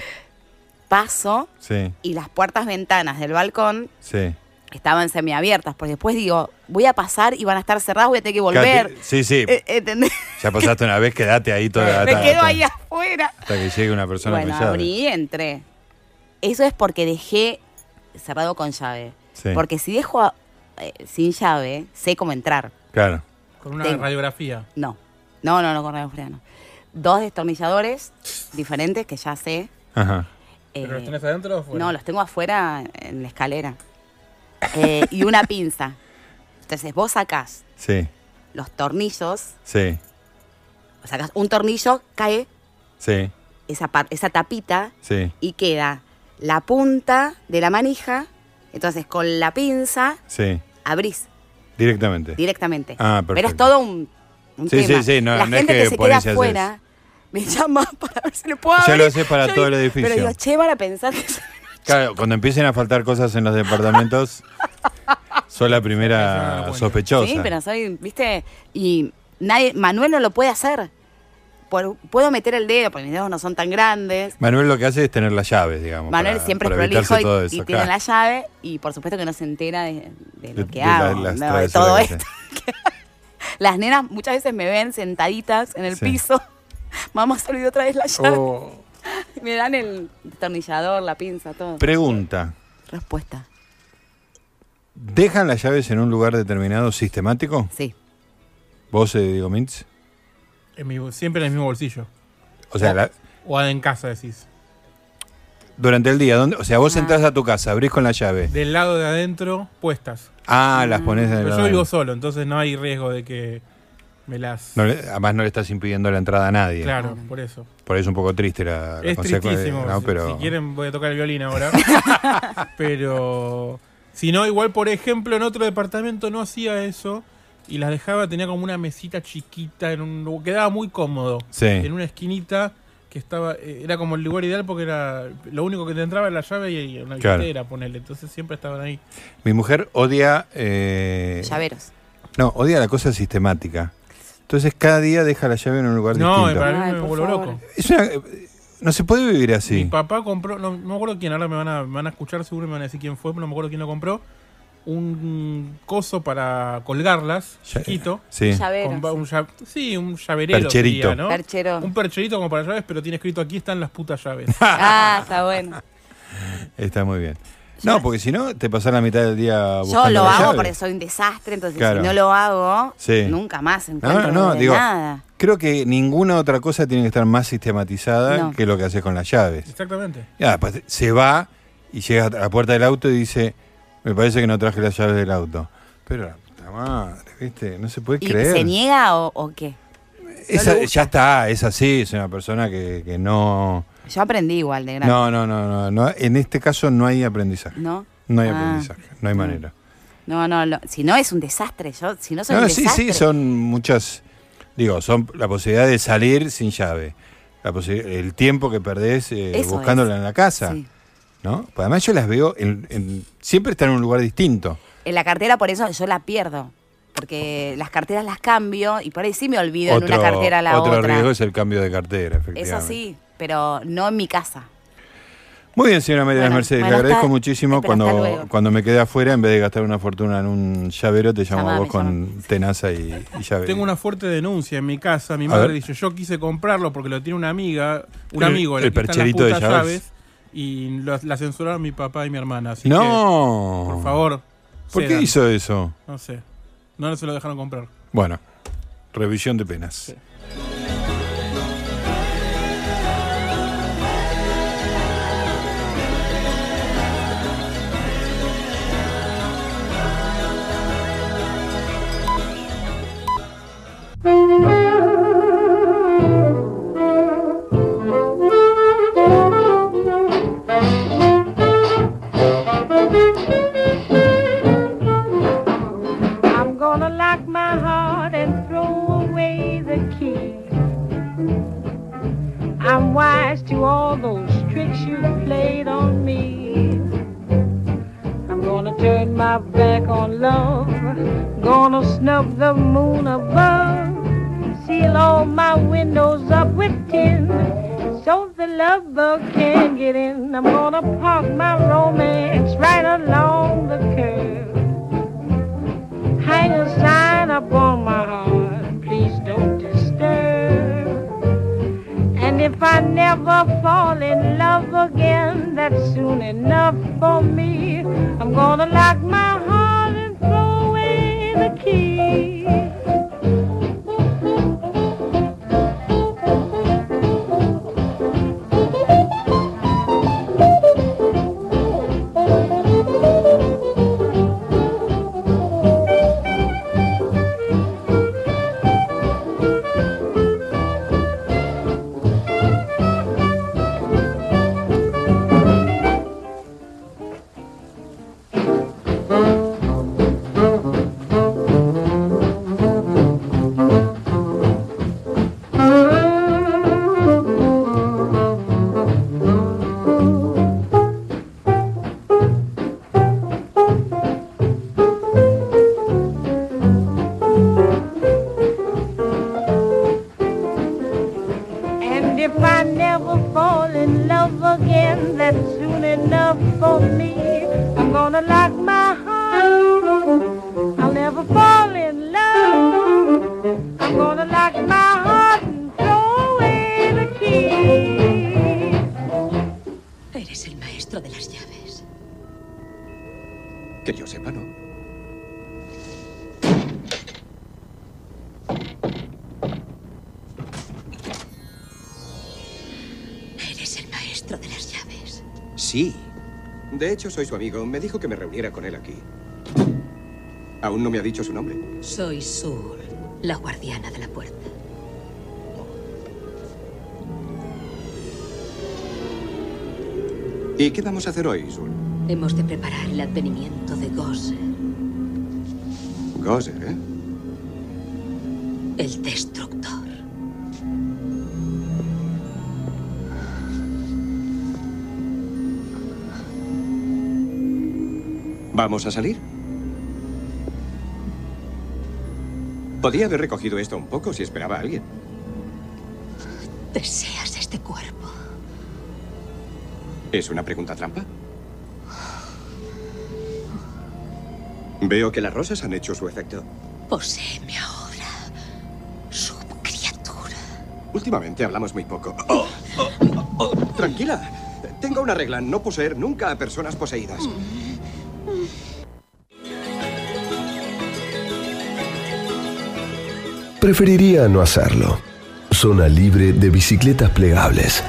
Speaker 10: paso
Speaker 2: Sí,
Speaker 10: y las puertas ventanas del balcón
Speaker 2: sí.
Speaker 10: estaban semiabiertas, porque después digo, voy a pasar y van a estar cerradas, voy a tener que volver.
Speaker 2: Cate- Sí, sí.
Speaker 10: Eh, ¿Entendés?
Speaker 2: Ya pasaste una vez, quedate ahí toda
Speaker 10: Me
Speaker 2: hasta-
Speaker 10: quedo
Speaker 2: hasta-
Speaker 10: ahí afuera.
Speaker 2: Hasta que llegue una persona
Speaker 10: Bueno,
Speaker 2: con llave.
Speaker 10: abrí y entré. Eso es porque dejé cerrado con llave.
Speaker 2: Sí.
Speaker 10: Porque si dejo a- eh, sin llave, sé cómo entrar.
Speaker 2: Claro.
Speaker 3: Con una
Speaker 10: Tengo.
Speaker 3: radiografía.
Speaker 10: No, no, no, no con radiografía, no. Dos destornilladores diferentes que ya sé.
Speaker 2: Ajá.
Speaker 10: eh,
Speaker 3: ¿Pero los tenés adentro o afuera?
Speaker 10: No, los tengo afuera en la escalera. Eh, y una pinza. Entonces vos sacás
Speaker 2: Sí,
Speaker 10: los tornillos,
Speaker 2: sí,
Speaker 10: sacás un tornillo, cae
Speaker 2: sí,
Speaker 10: esa, par- esa tapita
Speaker 2: sí,
Speaker 10: y queda la punta de la manija. Entonces con la pinza
Speaker 2: sí.
Speaker 10: abrís
Speaker 2: Directamente.
Speaker 10: directamente.
Speaker 2: Ah,
Speaker 10: Pero es
Speaker 2: perfecto.
Speaker 10: todo un, un
Speaker 2: Sí, sí,
Speaker 10: tema.
Speaker 2: sí, no-
Speaker 10: la
Speaker 2: no es
Speaker 10: gente
Speaker 2: que
Speaker 10: que, se
Speaker 2: ponés
Speaker 10: queda
Speaker 2: y haces.
Speaker 10: afuera me llama para ver si le puedo
Speaker 2: Ya
Speaker 10: abrir.
Speaker 2: lo haces para
Speaker 10: Yo
Speaker 2: todo el
Speaker 10: digo-
Speaker 2: edificio.
Speaker 10: Pero digo, che, van a pensar que...
Speaker 2: Claro, cuando empiecen a faltar cosas en los departamentos, soy la primera sospechosa.
Speaker 10: Sí, pero soy, viste, y nadie, Manuel no lo puede hacer. Por- puedo meter el dedo, porque mis dedos no son tan grandes.
Speaker 2: Manuel lo que hace es tener las llaves, digamos.
Speaker 10: Manuel
Speaker 2: para-
Speaker 10: siempre es
Speaker 2: para
Speaker 10: prolijo
Speaker 2: evitarse
Speaker 10: y,
Speaker 2: todo
Speaker 10: y
Speaker 2: eso,
Speaker 10: tiene
Speaker 2: claro.
Speaker 10: la llave y por supuesto que no se entera de, de lo
Speaker 2: De-
Speaker 10: que
Speaker 2: de la-
Speaker 10: hago,
Speaker 2: las
Speaker 10: no, de
Speaker 2: travesuras
Speaker 10: todo
Speaker 2: que
Speaker 10: esto.
Speaker 2: hace.
Speaker 10: Las nenas muchas veces me ven sentaditas en el
Speaker 2: Sí.
Speaker 10: piso. Mamá se olvidó otra vez la llave.
Speaker 2: Oh.
Speaker 10: Me dan el destornillador, la pinza, todo.
Speaker 2: Pregunta.
Speaker 10: Respuesta.
Speaker 2: ¿Dejan las llaves en un lugar determinado sistemático?
Speaker 10: Sí.
Speaker 2: ¿Vos, eh, digo, Mintz?
Speaker 3: En mi bol- siempre en el mismo bolsillo.
Speaker 2: O sea, la-
Speaker 3: O en casa, decís.
Speaker 2: durante el día, ¿dónde? o sea,
Speaker 10: Ah.
Speaker 2: vos entrás a tu casa, abrís con la llave.
Speaker 3: Del lado de adentro, puestas.
Speaker 2: Ah, las pones en el
Speaker 3: Pero yo
Speaker 2: lavabo.
Speaker 3: vivo solo, entonces no hay riesgo de que me las...
Speaker 2: No le- además no le estás impidiendo la entrada a nadie.
Speaker 3: Claro, por eso.
Speaker 2: Por ahí es un poco triste la, la
Speaker 3: es
Speaker 2: consecuencia,
Speaker 3: tristísimo.
Speaker 2: eh, ¿no?
Speaker 3: Si-
Speaker 2: Pero,
Speaker 3: Si quieren voy a tocar el violín ahora. Pero si no, igual por ejemplo en otro departamento no hacía eso y las dejaba, tenía como una mesita chiquita, en un lu- quedaba muy cómodo.
Speaker 2: Sí.
Speaker 3: En una esquinita que estaba, eh, era como el lugar ideal porque era lo único que te entraba era la llave y y una
Speaker 2: Claro.
Speaker 3: billetera, ponele. Entonces siempre estaban ahí.
Speaker 2: Mi mujer odia. eh,
Speaker 10: Llaveros.
Speaker 2: No, odia la cosa sistemática. Entonces cada día deja la llave en un lugar
Speaker 3: No,
Speaker 2: distinto.
Speaker 3: para mí
Speaker 10: Ay,
Speaker 3: me
Speaker 10: por
Speaker 3: vuelvo
Speaker 10: favor.
Speaker 3: loco.
Speaker 2: Es una- eh, no se puede vivir
Speaker 3: Mi
Speaker 2: así.
Speaker 3: papá compró, no, no me acuerdo quién, ahora me van, a, me van a escuchar, seguro me van a decir quién fue, pero no me acuerdo quién lo compró. Un coso para colgarlas,
Speaker 2: Ya-
Speaker 3: chiquito.
Speaker 2: Sí.
Speaker 10: Llaveros.
Speaker 3: Con va- un lla- sí, un llaverero.
Speaker 2: Percherito.
Speaker 3: sería, ¿no?
Speaker 10: Perchero.
Speaker 3: Un percherito como para llaves, pero tiene escrito aquí están las putas llaves.
Speaker 10: Ah, está bueno.
Speaker 2: Está muy bien. No, porque si no, te pasás la mitad del día buscando
Speaker 10: Yo lo
Speaker 2: la
Speaker 10: hago
Speaker 2: llave.
Speaker 10: porque soy un desastre, entonces
Speaker 2: Claro.
Speaker 10: si no lo hago,
Speaker 2: Sí.
Speaker 10: nunca más encuentro
Speaker 2: No, no,
Speaker 10: de
Speaker 2: digo,
Speaker 10: nada.
Speaker 2: creo que ninguna otra cosa tiene que estar más sistematizada
Speaker 10: No.
Speaker 2: que lo que haces con las llaves.
Speaker 3: Exactamente.
Speaker 2: Ya, después se va y llega a la puerta del auto y dice, me parece que no traje las llaves del auto. Pero la puta madre, ¿viste? No se puede
Speaker 10: ¿Y
Speaker 2: creer.
Speaker 10: se niega o, o qué?
Speaker 2: Esa-
Speaker 10: no le gusta.
Speaker 2: ya está, es así, es una persona que, que no,
Speaker 10: Yo aprendí igual de grande.
Speaker 2: no... No, no, no, no. En este caso no hay aprendizaje.
Speaker 10: ¿No?
Speaker 2: No hay
Speaker 10: Ah.
Speaker 2: aprendizaje, no hay manera.
Speaker 10: No, no, lo- si no es un desastre, yo, si no soy
Speaker 2: No,
Speaker 10: un
Speaker 2: sí,
Speaker 10: desastre.
Speaker 2: sí, son muchas. Digo, son la posibilidad de salir sin llave. La posi- el tiempo que perdés eh,
Speaker 10: Eso
Speaker 2: buscándola
Speaker 10: es.
Speaker 2: en la casa.
Speaker 10: Sí.
Speaker 2: ¿no? Porque además yo las veo, en- en- siempre están en un lugar distinto.
Speaker 10: En la cartera, por eso yo la pierdo. Porque las carteras las cambio y por ahí sí me olvido en
Speaker 2: Otro-
Speaker 10: una cartera a la
Speaker 2: otro
Speaker 10: otra.
Speaker 2: riesgo es el cambio de cartera, efectivamente.
Speaker 10: Eso sí, pero no en mi casa.
Speaker 2: Muy bien, señora María de las
Speaker 10: Bueno,
Speaker 2: Mercedes,
Speaker 10: bueno,
Speaker 2: le agradezco
Speaker 10: hasta-
Speaker 2: muchísimo.
Speaker 10: pero hasta
Speaker 2: Cuando,
Speaker 10: luego.
Speaker 2: cuando me quedé afuera, en vez de gastar una fortuna en un llavero, te llamo a
Speaker 10: Llamame,
Speaker 2: vos con tenaza y, y llave.
Speaker 3: Tengo una fuerte denuncia en mi casa. Mi
Speaker 2: A
Speaker 3: madre
Speaker 2: ver.
Speaker 3: dice, yo quise comprarlo porque lo tiene una amiga, un
Speaker 2: El-
Speaker 3: amigo, le
Speaker 2: el
Speaker 3: quitan las
Speaker 2: percherito de
Speaker 3: putas
Speaker 2: llaves.
Speaker 3: y lo- la censuraron mi papá y mi hermana. Así
Speaker 2: ¡No!
Speaker 3: que, por favor.
Speaker 2: ¿Por qué
Speaker 3: cedan.
Speaker 2: hizo eso?
Speaker 3: No sé. No se lo dejaron comprar.
Speaker 2: Bueno, revisión de penas.
Speaker 11: turn my back on love. Gonna snub the moon above. Seal all my windows up with tin so the love bug can get in. I'm gonna park my romance right along the curb. Hang a sign up on my heart, please don't disturb. And if I never fall in love again, that's soon enough for me. I'm gonna lock my heart and throw away the key. And if I never fall in love again, that's soon enough for me. I'm gonna lock my heart. I'll never fall in love. I'm gonna lock my heart and throw away the key.
Speaker 12: Eres el maestro de las llaves.
Speaker 8: Que yo sepa, no.
Speaker 12: Eres el maestro de las llaves.
Speaker 13: Sí. De hecho, soy su amigo. Me dijo que me reuniera con él aquí. Aún no me ha dicho su nombre.
Speaker 12: Soy Sul, la guardiana de la puerta.
Speaker 13: ¿Y qué vamos a hacer hoy, Sul?
Speaker 12: Hemos de preparar el advenimiento de Gosser,
Speaker 13: Gozer, ¿eh?
Speaker 12: el destructor.
Speaker 13: ¿Vamos a salir? Podía haber recogido esto un poco si esperaba a alguien.
Speaker 12: Deseas este cuerpo.
Speaker 13: ¿Es una pregunta trampa? Veo que las rosas han hecho su efecto.
Speaker 12: Poseeme ahora, subcriatura.
Speaker 13: Últimamente hablamos muy poco. Oh, oh, oh, Tranquila. Tengo una regla, no poseer nunca a personas poseídas.
Speaker 1: Preferiría no hacerlo. Zona libre de bicicletas plegables.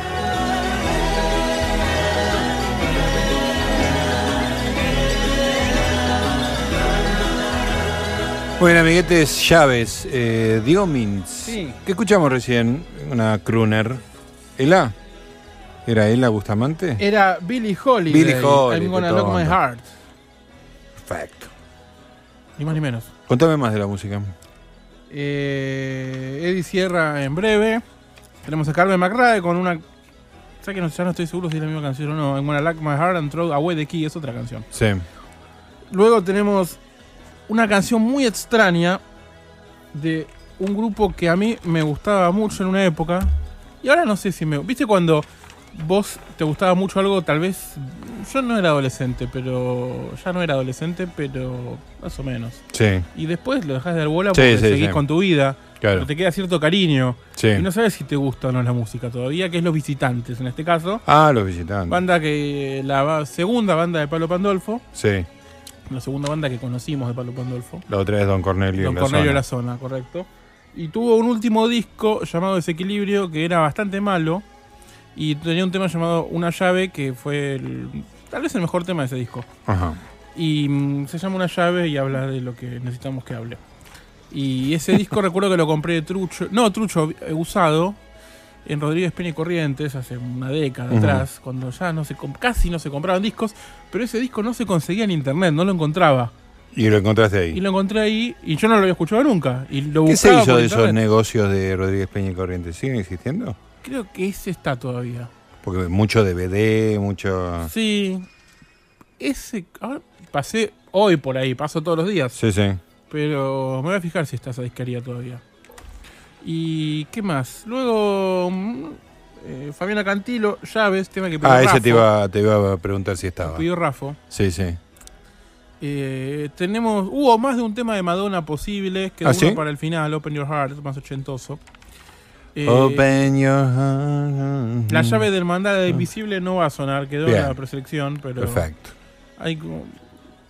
Speaker 2: Bueno, amiguetes, llaves. Eh, Diomins. ¿Qué escuchamos recién? Una crooner. ¿Ela? ¿Era Ela Bustamante?
Speaker 3: Era Billy Holly.
Speaker 2: Billie Holiday,
Speaker 3: I'm gonna lock my
Speaker 2: tonto.
Speaker 3: heart.
Speaker 2: Perfecto.
Speaker 3: Ni más ni menos.
Speaker 2: Contame más de la música.
Speaker 3: Eh, Eddie Sierra en breve. Tenemos a Carmen McRae con una. Ya que no, ya no estoy seguro si es la misma canción o no. I'm gonna lock my heart and throw away the key. Es otra canción.
Speaker 2: Sí.
Speaker 3: Luego tenemos una canción muy extraña de un grupo que a mí me gustaba mucho en una época. Y ahora no sé si me. ¿Viste cuando vos te gustaba mucho algo? Tal vez. Yo no era adolescente, pero. Ya no era adolescente, pero. Más o menos.
Speaker 2: Sí.
Speaker 3: Y después lo dejas de dar bola
Speaker 2: Sí,
Speaker 3: porque
Speaker 2: sí,
Speaker 3: seguís
Speaker 2: sí.
Speaker 3: con tu vida.
Speaker 2: Claro.
Speaker 3: Pero te queda cierto cariño.
Speaker 2: Sí.
Speaker 3: Y no sabes si te gusta o no la música todavía, que es Los Visitantes en este caso.
Speaker 2: Ah, los visitantes.
Speaker 3: Banda que. La ba- segunda banda de Pablo Pandolfo.
Speaker 2: Sí.
Speaker 3: La segunda banda que conocimos de Pablo Pandolfo.
Speaker 2: La otra es Don Cornelio.
Speaker 3: Don
Speaker 2: en la
Speaker 3: Cornelio de
Speaker 2: zona.
Speaker 3: la zona, correcto. Y tuvo un último disco llamado Desequilibrio que era bastante malo y tenía un tema llamado Una llave que fue el- tal vez el mejor tema de ese disco.
Speaker 2: Ajá.
Speaker 3: Y mm, se llama Una llave y habla de lo que necesitamos que hable. Y ese disco recuerdo que lo compré de Trucho, no, Trucho eh, usado en Rodríguez Peña y Corrientes hace una década
Speaker 2: Ujú.
Speaker 3: atrás, cuando ya no se comp- casi no se compraban discos, pero ese disco no se conseguía en internet, no lo encontraba.
Speaker 2: Y lo encontraste ahí.
Speaker 3: Y lo encontré ahí y yo no lo había escuchado nunca. Y lo
Speaker 2: ¿Qué se
Speaker 3: buscaba
Speaker 2: hizo
Speaker 3: por
Speaker 2: de esos
Speaker 3: internet.
Speaker 2: negocios de Rodríguez Peña y Corrientes? ¿Siguen existiendo?
Speaker 3: Creo que ese está todavía.
Speaker 2: Ah. Porque mucho DVD, mucho.
Speaker 3: Sí. Ese. a ver, pasé hoy por ahí, paso todos los días.
Speaker 2: Sí, sí.
Speaker 3: Pero me voy a fijar si está esa disquería todavía. ¿Y qué más? Luego, mm, eh, Fabiana Cantilo, Llaves, tema que pidió
Speaker 2: Ah, ese
Speaker 3: Rafa,
Speaker 2: te iba, te iba a preguntar si estaba.
Speaker 3: pidió Rafa.
Speaker 2: Sí, sí.
Speaker 3: Eh, tenemos, hubo más de un tema de Madonna posible, que
Speaker 2: ¿Ah,
Speaker 3: uno
Speaker 2: sí?
Speaker 3: para el final, Open Your Heart, más ochentoso. Eh,
Speaker 2: Open your heart.
Speaker 3: La llave del mandala de invisible no va a sonar, quedó en
Speaker 2: Bien.
Speaker 3: la preselección, pero.
Speaker 2: Perfecto.
Speaker 3: Hay como-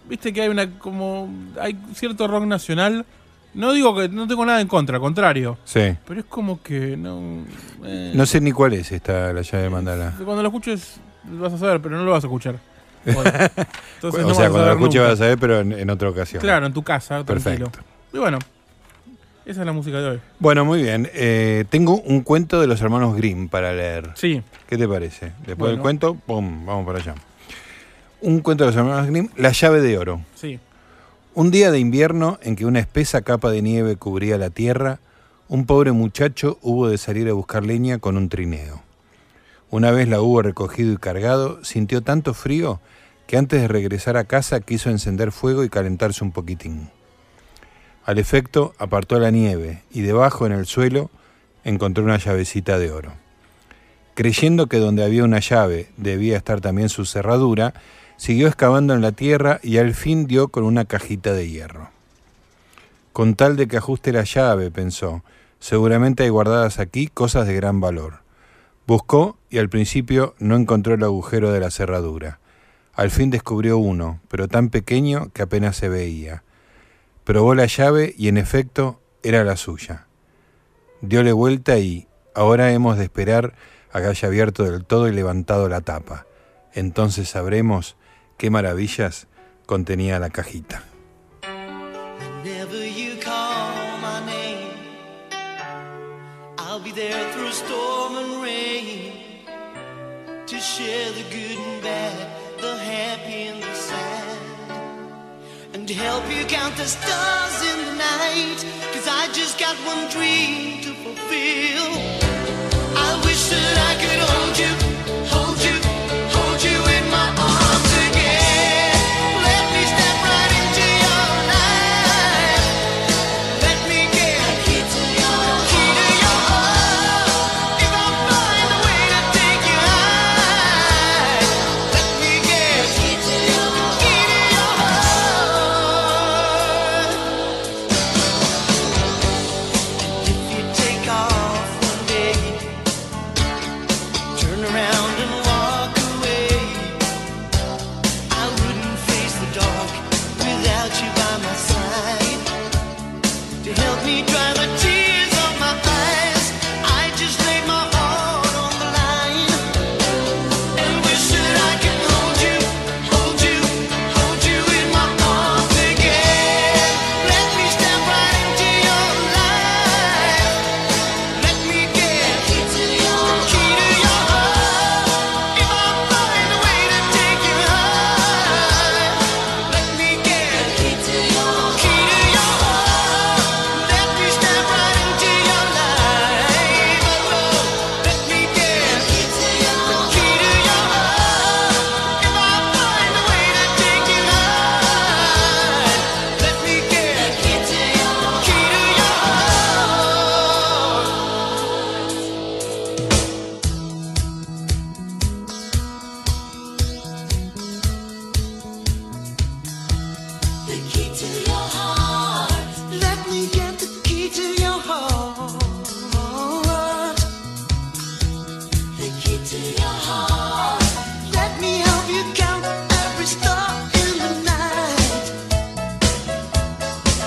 Speaker 3: Viste que hay una como. hay cierto rock nacional. No digo que no tengo nada en contra, al contrario.
Speaker 2: Sí.
Speaker 3: Pero es como que no. eh,
Speaker 2: No sé ni cuál es esta, la llave de mandala.
Speaker 3: Cuando lo escuches lo vas a saber, pero no lo vas a escuchar. hoy. Entonces no
Speaker 2: o
Speaker 3: vas
Speaker 2: sea,
Speaker 3: a
Speaker 2: cuando la
Speaker 3: saber
Speaker 2: escuche
Speaker 3: nunca.
Speaker 2: vas a saber, pero en, en otra ocasión.
Speaker 3: Claro, en tu casa,
Speaker 2: Perfecto.
Speaker 3: tranquilo. Y bueno, esa es la música de hoy.
Speaker 2: Bueno, muy bien. Eh, tengo un cuento de los hermanos Grimm para leer.
Speaker 3: Sí.
Speaker 2: ¿Qué te parece? Después del
Speaker 3: Bueno.
Speaker 2: cuento, ¡pum! Vamos para allá. Un cuento de los hermanos Grimm, La llave de oro.
Speaker 3: Sí.
Speaker 2: Un día de invierno en que una espesa capa de nieve cubría la tierra, un pobre muchacho hubo de salir a buscar leña con un trineo. Una vez la hubo recogido y cargado, sintió tanto frío que antes de regresar a casa quiso encender fuego y calentarse un poquitín. Al efecto, apartó la nieve y debajo en el suelo encontró una llavecita de oro. Creyendo que donde había una llave debía estar también su cerradura, siguió excavando en la tierra y al fin dio con una cajita de hierro. Con tal de que ajuste la llave, pensó, seguramente hay guardadas aquí cosas de gran valor. Buscó y al principio no encontró el agujero de la cerradura. Al fin descubrió uno, pero tan pequeño que apenas se veía. Probó la llave y en efecto era la suya. Diole vuelta y ahora hemos de esperar a que haya abierto del todo y levantado la tapa entonces sabremos qué maravillas contenía la cajita.
Speaker 7: Whenever you call my name, I'll be there through storm and rain to share the good and bad, the happy and the sad, and to help you count the stars in the night. Cause I just got one dream to fulfill. I wish that I could hold you, hold you, hold you in my arms again. Let me step right into your life. Let me get a key to your key to your heart. If I find a way to take you high, let me get a key to your key to your heart. If you take off one day, turn around and walk away, I wouldn't face the dark without you by my side to help me dry the tears of my eyes. I just laid my heart on the line and wish that I could hold you, hold you, hold you in my arms again. Let me step right into your life. Let me get key to your key to your heart. If I find a way to take you high, let me get key to your key to your heart. Let me step right into your life, Let me get key to your key to your heart. If I find a way to take you high, let me get key to your key to your heart. The key to your heart. Let me get the key to your heart. The key to your heart. Let me help you count every star in the night.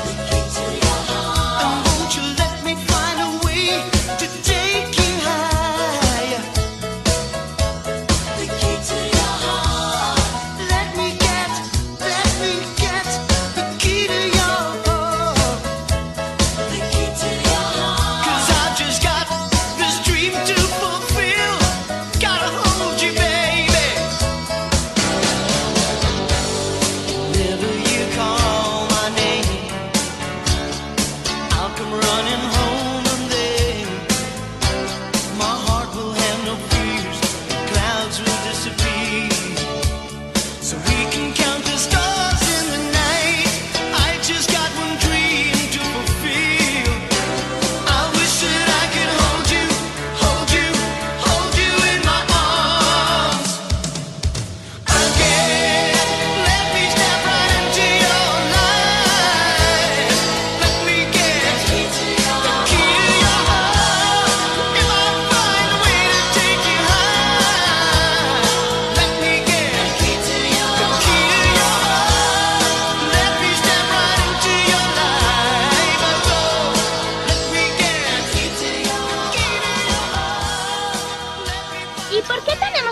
Speaker 7: The key to your heart. And won't you let me find a way to take you higher? The key to your heart. Let me get. Let me get the key to your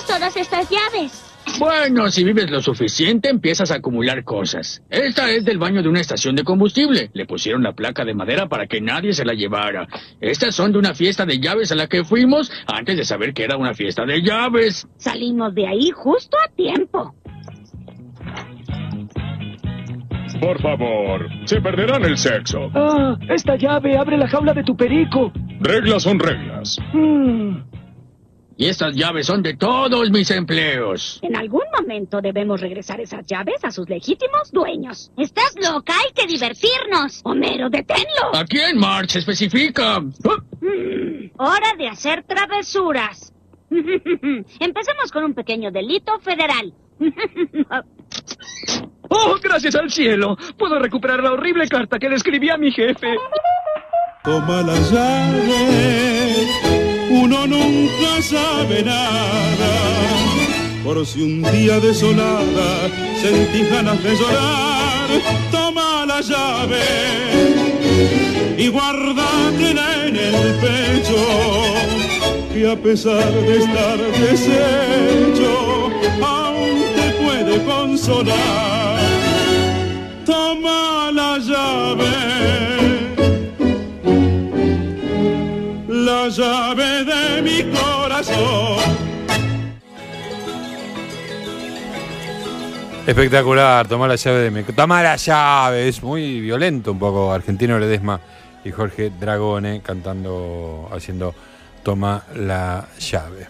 Speaker 14: todas estas llaves?
Speaker 15: Bueno, si vives lo suficiente, empiezas a acumular cosas. Esta es del baño de una estación de combustible. Le pusieron la placa de madera para que nadie se la llevara. Estas son de una fiesta de llaves a la que fuimos antes de saber que era una fiesta de llaves.
Speaker 14: Salimos de ahí justo a tiempo.
Speaker 16: Por favor, se perderán el sexo.
Speaker 15: Ah, esta llave abre la jaula de tu perico.
Speaker 16: Reglas son reglas.
Speaker 15: Y estas llaves son de todos mis empleos.
Speaker 14: En algún momento debemos regresar esas llaves a sus legítimos dueños. ¿Estás loca? Hay que divertirnos. Homero, deténlo.
Speaker 15: ¿A quién, March? Especifica. Ah,
Speaker 14: Hora de hacer travesuras. Empecemos con un pequeño delito federal.
Speaker 15: ¡Oh, gracias al cielo! Puedo recuperar la horrible carta que le escribí a mi jefe.
Speaker 17: Toma la llave, uno nunca sabe nada. Por si un día desolada sentí ganas de llorar, toma la llave y guárdatela en el pecho. Que a pesar de estar deshecho, aún te puede consolar. Toma la llave, la llave de mi corazón.
Speaker 2: Espectacular, toma la llave de mi... Toma la llave, es muy violento un poco. Argentino Ledesma y Jorge Dragone cantando, haciendo Toma la llave.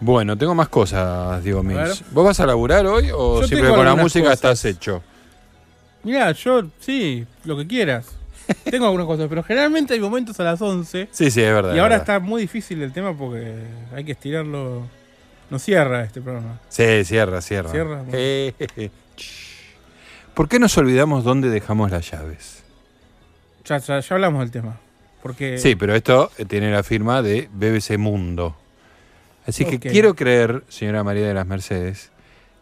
Speaker 2: Bueno, tengo más cosas, Diego
Speaker 3: ver.
Speaker 2: Mills. ¿Vos vas a laburar hoy o
Speaker 3: Yo
Speaker 2: siempre
Speaker 3: tengo
Speaker 2: con la
Speaker 3: algunas
Speaker 2: música
Speaker 3: cosas.
Speaker 2: estás hecho?
Speaker 3: Mirá, yo sí, lo que quieras. Tengo algunas cosas, pero generalmente hay momentos a las 11.
Speaker 2: Sí, sí, es verdad,
Speaker 3: Y
Speaker 2: es
Speaker 3: ahora
Speaker 2: verdad.
Speaker 3: está muy difícil el tema porque hay que estirarlo. No cierra este programa.
Speaker 2: Sí, cierra, cierra.
Speaker 3: Cierra, bueno.
Speaker 2: Eh, jeje. ¿Por qué nos olvidamos dónde dejamos las llaves?
Speaker 3: Ya, ya, ya hablamos del tema. Porque
Speaker 2: Sí, pero esto eh, tiene la firma de BBC Mundo. Así
Speaker 3: Ok.
Speaker 2: que quiero creer, señora María de las Mercedes,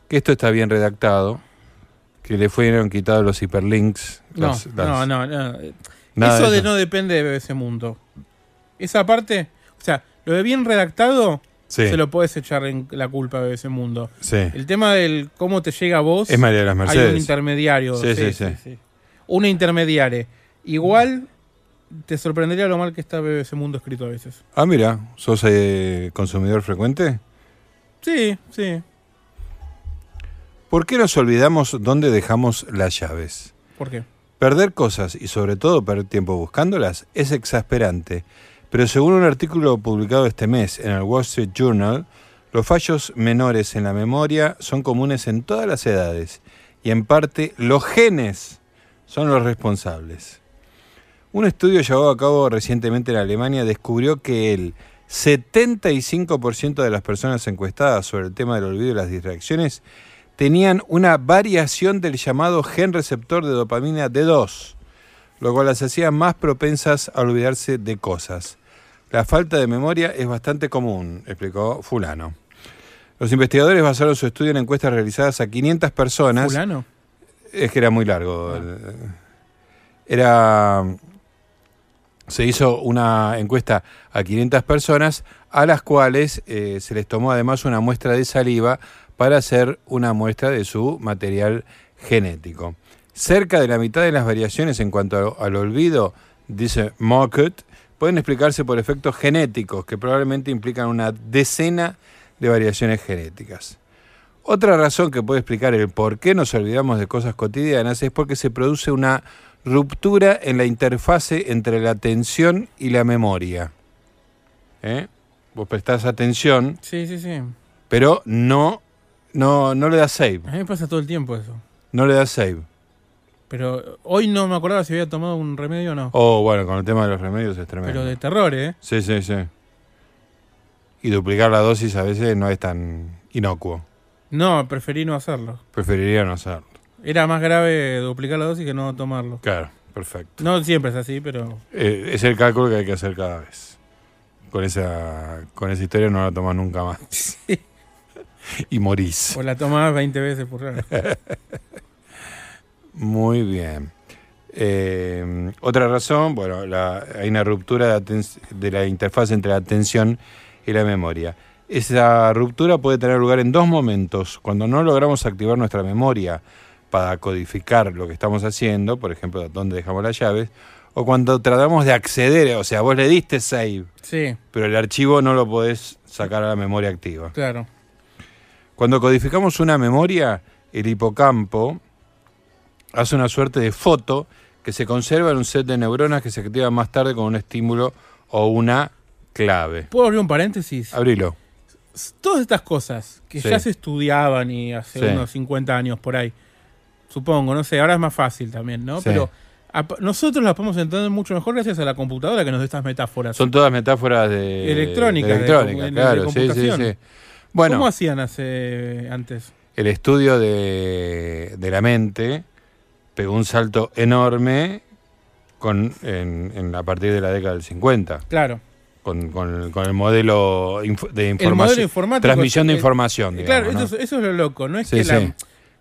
Speaker 2: que esto está bien redactado, que le fueron quitados los hiperlinks.
Speaker 3: No,
Speaker 2: las- las-
Speaker 3: no, no, no.
Speaker 2: Nada
Speaker 3: eso
Speaker 2: de
Speaker 3: de
Speaker 2: eso.
Speaker 3: no depende de BBC Mundo. Esa parte, o sea, lo de bien redactado,
Speaker 2: Sí.
Speaker 3: se lo puedes echar en la culpa a BBC Mundo.
Speaker 2: Sí.
Speaker 3: El tema del cómo te llega a vos.
Speaker 2: Es María de las
Speaker 3: Hay un
Speaker 2: Mercedes.
Speaker 3: intermediario.
Speaker 2: Sí, sí, sí.
Speaker 3: Una intermediaria. Igual te sorprendería lo mal que está BBC Mundo escrito a veces.
Speaker 2: Ah, mira, ¿sos eh, consumidor frecuente?
Speaker 3: Sí, sí.
Speaker 2: ¿Por qué nos olvidamos dónde dejamos las llaves?
Speaker 3: ¿Por qué?
Speaker 2: Perder cosas y sobre todo perder tiempo buscándolas es exasperante, pero según un artículo publicado este mes en el Wall Street Journal, los fallos menores en la memoria son comunes en todas las edades y en parte los genes son los responsables. Un estudio llevado a cabo recientemente en Alemania descubrió que el 75% de las personas encuestadas sobre el tema del olvido y las distracciones tenían una variación del llamado gen receptor de dopamina D2, lo cual las hacía más propensas a olvidarse de cosas. La falta de memoria es bastante común, explicó fulano. Los investigadores basaron su estudio en encuestas realizadas a 500 personas.
Speaker 3: ¿Fulano?
Speaker 2: Es que era muy largo. el- Era. Se hizo una encuesta a 500 personas, a las cuales eh, se les tomó además una muestra de saliva para hacer una muestra de su material genético. Cerca de la mitad de las variaciones en cuanto a- al olvido, dice Mockett, pueden explicarse por efectos genéticos que probablemente implican una decena de variaciones genéticas. Otra razón que puede explicar el por qué nos olvidamos de cosas cotidianas es porque se produce una ruptura en la interfase entre la atención y la memoria. ¿Eh? Vos prestás atención,
Speaker 3: Sí, sí, sí. A
Speaker 2: pero no, no, no le das save.
Speaker 3: mí me pasa todo el tiempo eso.
Speaker 2: No le das save.
Speaker 3: Pero hoy no me acordaba si había tomado un remedio o no.
Speaker 2: Oh, bueno, con el tema de los remedios es tremendo.
Speaker 3: Pero de terror, ¿eh?
Speaker 2: Sí, sí, sí. Y duplicar la dosis a veces no es tan inocuo.
Speaker 3: No, preferí no hacerlo.
Speaker 2: Preferiría no hacerlo.
Speaker 3: Era más grave duplicar la dosis que no tomarlo.
Speaker 2: Claro, perfecto.
Speaker 3: No siempre es así, pero.
Speaker 2: Eh, es el cálculo que hay que hacer cada vez. Con esa, con esa historia no la tomás nunca más. y morís.
Speaker 3: O la tomás 20 veces por hora.
Speaker 2: Muy bien. Eh, otra razón, bueno, la- hay una ruptura de, aten- de la interfaz entre la atención y la memoria. Esa ruptura puede tener lugar en dos momentos. Cuando no logramos activar nuestra memoria para codificar lo que estamos haciendo, por ejemplo, dónde dejamos las llaves, o cuando tratamos de acceder, o sea, vos le diste save,
Speaker 3: Sí,
Speaker 2: pero el archivo no lo podés sacar a la memoria activa.
Speaker 3: claro.
Speaker 2: Cuando codificamos una memoria, el hipocampo hace una suerte de foto que se conserva en un set de neuronas que se activan más tarde con un estímulo o una clave.
Speaker 3: ¿Puedo abrir un paréntesis?
Speaker 2: Abrilo.
Speaker 3: Todas estas cosas que
Speaker 2: Sí.
Speaker 3: ya se estudiaban y hace
Speaker 2: Sí.
Speaker 3: unos 50 años por ahí, supongo, no sé, ahora es más fácil también, ¿no?
Speaker 2: Sí.
Speaker 3: Pero ap- nosotros las podemos entender mucho mejor gracias a la computadora que nos da estas metáforas.
Speaker 2: Son todas metáforas de
Speaker 3: Electrónicas, de
Speaker 2: electrónica,
Speaker 3: compu- de
Speaker 2: claro, sí, sí,
Speaker 3: computación.
Speaker 2: sí. Bueno,
Speaker 3: ¿Cómo hacían hace antes?
Speaker 2: el estudio de, de la mente pegó un salto enorme con, en- en- a partir de la década del 50.
Speaker 3: Claro.
Speaker 2: Con, con el- con el modelo inf- de información.
Speaker 3: El modelo informático.
Speaker 2: Transmisión de
Speaker 3: eh,
Speaker 2: información.
Speaker 3: eh,
Speaker 2: digamos,
Speaker 3: claro,
Speaker 2: ¿no?
Speaker 3: eso, es- eso es lo loco. No es
Speaker 2: Sí,
Speaker 3: que la-
Speaker 2: sí.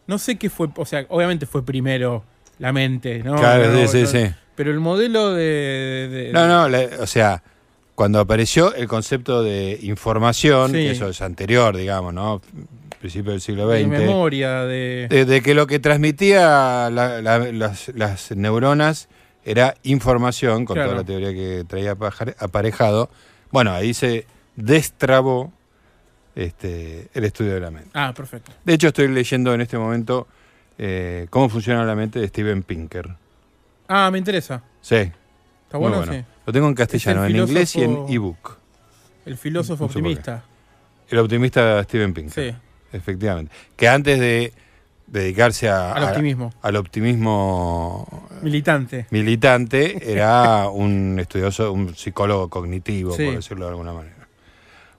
Speaker 3: No sé qué fue. O sea, obviamente fue primero la mente, ¿no?
Speaker 2: Claro,
Speaker 3: No,
Speaker 2: sí,
Speaker 3: no,
Speaker 2: sí, sí.
Speaker 3: Pero el modelo de. de-
Speaker 2: No, no, la- o sea, cuando apareció el concepto de información,
Speaker 3: Sí.
Speaker 2: que eso es anterior, digamos, ¿no? Principio del siglo
Speaker 3: de
Speaker 2: XX.
Speaker 3: memoria, de.
Speaker 2: De, de que lo que transmitía la- la- las, las neuronas era información, con
Speaker 3: Claro.
Speaker 2: toda la teoría que traía pajar- aparejado. Bueno, ahí se destrabó este, el estudio de la mente.
Speaker 3: Ah, perfecto.
Speaker 2: De hecho, estoy leyendo en este momento eh, cómo funciona la mente de Steven Pinker.
Speaker 3: Ah, me interesa.
Speaker 2: Sí. ¿Está
Speaker 3: Está bueno, sí.
Speaker 2: Lo tengo en castellano,
Speaker 3: Es el
Speaker 2: en inglés y en
Speaker 3: filósofo-
Speaker 2: ebook.
Speaker 3: El filósofo
Speaker 2: No sé por qué.
Speaker 3: optimista.
Speaker 2: El optimista Steven Pinker.
Speaker 3: Sí.
Speaker 2: Efectivamente. Que antes de dedicarse a-
Speaker 3: Al
Speaker 2: a-
Speaker 3: optimismo.
Speaker 2: al optimismo
Speaker 3: Militante.
Speaker 2: militante, era un estudioso, un psicólogo cognitivo,
Speaker 3: Sí.
Speaker 2: por decirlo de alguna manera.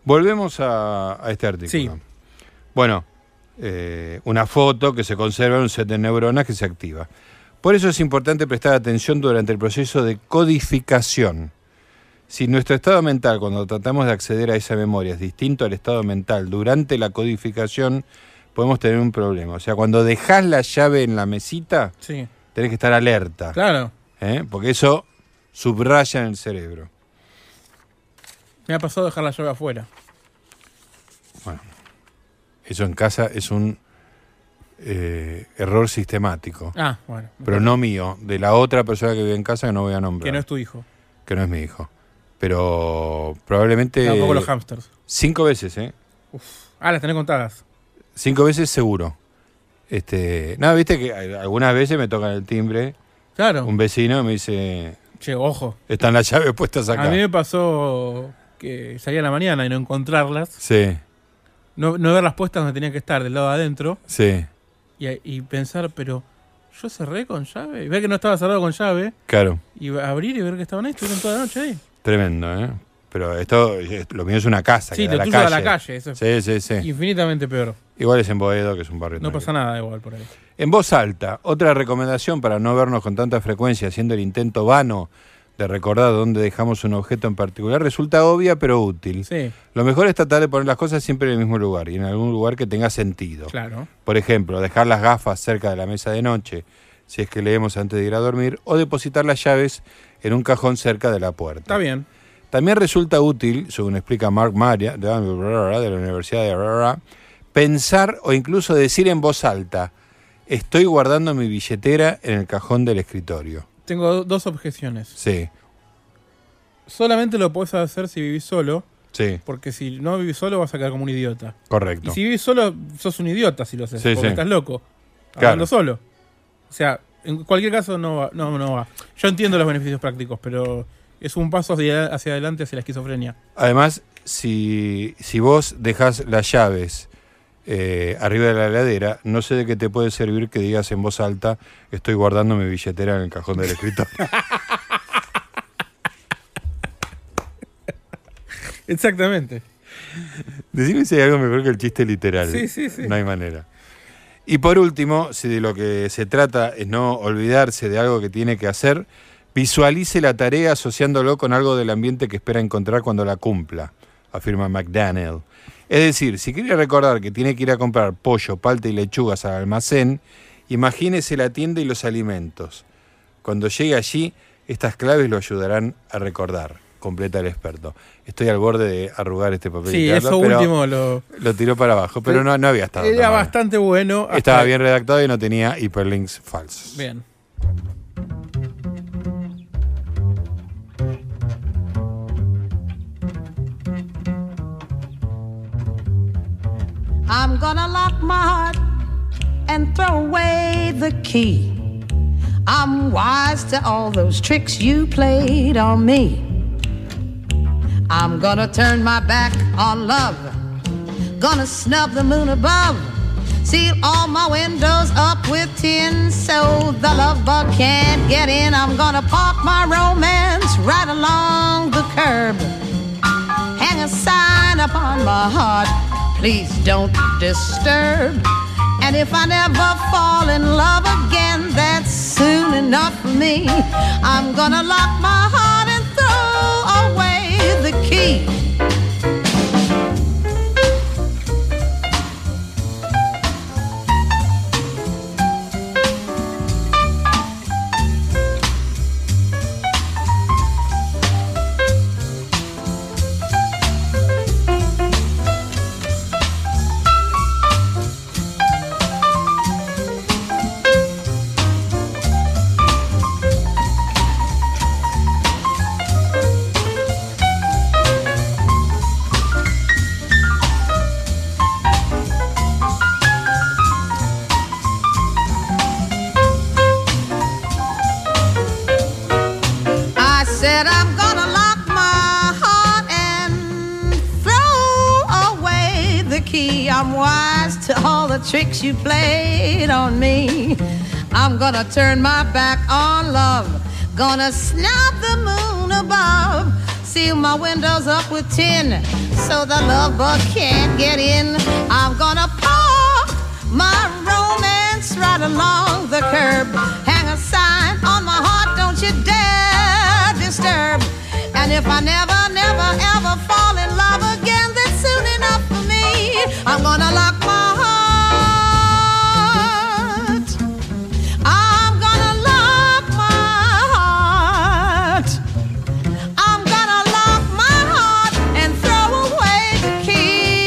Speaker 2: Volvemos a, a este artículo. Bueno, eh, una foto que se conserva en un set de neuronas que se activa. Por eso es importante prestar atención durante el proceso de codificación. Si nuestro estado mental, cuando tratamos de acceder a esa memoria, es distinto al estado mental durante la codificación, podemos tener un problema. O sea, cuando dejas la llave en la mesita,
Speaker 3: Sí.
Speaker 2: tenés que estar alerta.
Speaker 3: Claro.
Speaker 2: ¿eh? Porque eso subraya en el cerebro.
Speaker 3: Me ha pasado dejar la llave afuera.
Speaker 2: Eso en casa es un eh, error sistemático.
Speaker 3: Ah, bueno.
Speaker 2: Pero no mío, de la otra persona que vive en casa que no voy a nombrar.
Speaker 3: Que no es tu hijo.
Speaker 2: que no es mi hijo. Pero probablemente...
Speaker 3: Tampoco los hamsters.
Speaker 2: Cinco veces, ¿eh?
Speaker 3: Ah, las tenés contadas.
Speaker 2: Cinco veces seguro. Este, nada, viste que a- algunas veces me tocan el timbre.
Speaker 3: Claro.
Speaker 2: Un vecino me dice,
Speaker 3: Che, ojo.
Speaker 2: están las llaves puestas acá.
Speaker 3: A mí me pasó que salía a la mañana y no encontrarlas.
Speaker 2: Sí,
Speaker 3: No, no ver las puestas donde tenían que estar, del lado de adentro.
Speaker 2: sí,
Speaker 3: Y, y pensar, pero yo cerré con llave. Y ver que no estaba cerrado con llave.
Speaker 2: claro.
Speaker 3: Y abrir y ver que estaban ahí. Estuvieron toda la noche ahí.
Speaker 2: Tremendo, ¿eh? Pero esto, eh, lo mío es una casa.
Speaker 3: Sí,
Speaker 2: que da
Speaker 3: lo
Speaker 2: la
Speaker 3: tuyo da
Speaker 2: calle.
Speaker 3: la calle, eso es-
Speaker 2: Sí, sí, sí.
Speaker 3: Infinitamente peor.
Speaker 2: Igual es en Boedo, que es un barrio.
Speaker 3: No
Speaker 2: tranquilo.
Speaker 3: pasa nada igual por ahí.
Speaker 2: En voz alta, otra recomendación para no vernos con tanta frecuencia haciendo el intento vano de recordar dónde dejamos un objeto en particular resulta obvia pero útil.
Speaker 3: Sí,
Speaker 2: Lo mejor es tratar de poner las cosas siempre en el mismo lugar y en algún lugar que tenga sentido.
Speaker 3: claro.
Speaker 2: Por ejemplo, dejar las gafas cerca de la mesa de noche, si es que leemos antes de ir a dormir, o depositar las llaves en un cajón cerca de la puerta.
Speaker 3: Está bien.
Speaker 2: También resulta útil, según explica Mark Maria de de la Universidad de pensar o incluso decir en voz alta, estoy guardando mi billetera en el cajón del escritorio.
Speaker 3: Tengo do- dos objeciones.
Speaker 2: Sí,
Speaker 3: Solamente lo puedes hacer si vivís solo,
Speaker 2: sí,
Speaker 3: porque si no vivís solo vas a quedar como un idiota.
Speaker 2: correcto.
Speaker 3: Y si vivís solo, sos un idiota si lo haces,
Speaker 2: Sí,
Speaker 3: porque
Speaker 2: sí.
Speaker 3: estás loco.
Speaker 2: Claro.
Speaker 3: Hablando solo. O sea, en cualquier caso no va, no, no va. Yo entiendo los beneficios prácticos, pero es un paso hacia, hacia adelante hacia la esquizofrenia.
Speaker 2: Además, si, si vos dejás las llaves eh, arriba de la heladera, no sé de qué te puede servir que digas en voz alta, estoy guardando mi billetera en el cajón del escritorio.
Speaker 3: Exactamente.
Speaker 2: Decime si hay algo mejor que el chiste literal.
Speaker 3: Sí, sí, sí.
Speaker 2: No hay manera. Y por último, si de lo que se trata es no olvidarse de algo que tiene que hacer, visualice la tarea asociándolo con algo del ambiente que espera encontrar cuando la cumpla, afirma McDaniel. Es decir, si quiere recordar que tiene que ir a comprar pollo, palta y lechugas al almacén, imagínese la tienda y los alimentos. Cuando llegue allí, estas claves lo ayudarán a recordar. completa el experto. Estoy al borde de arrugar este papel.
Speaker 3: Sí,
Speaker 2: y tirarlo,
Speaker 3: eso
Speaker 2: pero
Speaker 3: último lo-
Speaker 2: Lo tiró para abajo, pero no, no había estado.
Speaker 3: Era
Speaker 2: tan mal.
Speaker 3: bastante bueno. hasta-
Speaker 2: Estaba bien redactado y no tenía hiperlinks falsos.
Speaker 3: Bien.
Speaker 18: I'm gonna lock my heart and throw away the key. I'm wise to all those tricks you played on me. I'm gonna turn my back on love. Gonna snub the moon above. Seal all my windows up with tin so the love bug can't get in. I'm gonna park my romance right along the curb. Hang a sign upon my heart, please don't disturb. And if I never fall in love again, that's soon enough for me. I'm gonna lock my heart and throw away the key. I said I'm gonna lock my heart and throw away the key. I'm wise to all the tricks you played on me. I'm gonna turn my back on love. Gonna snap the moon above. Seal my windows up with tin so the love bug can't get in. I'm gonna park my romance right along the curb. Hang a sign on my heart, don't you dare disturb. And if I never, never, ever fall in love again, that's soon enough for me. I'm gonna lock my heart. I'm gonna lock my heart. I'm gonna lock my heart and throw away the key.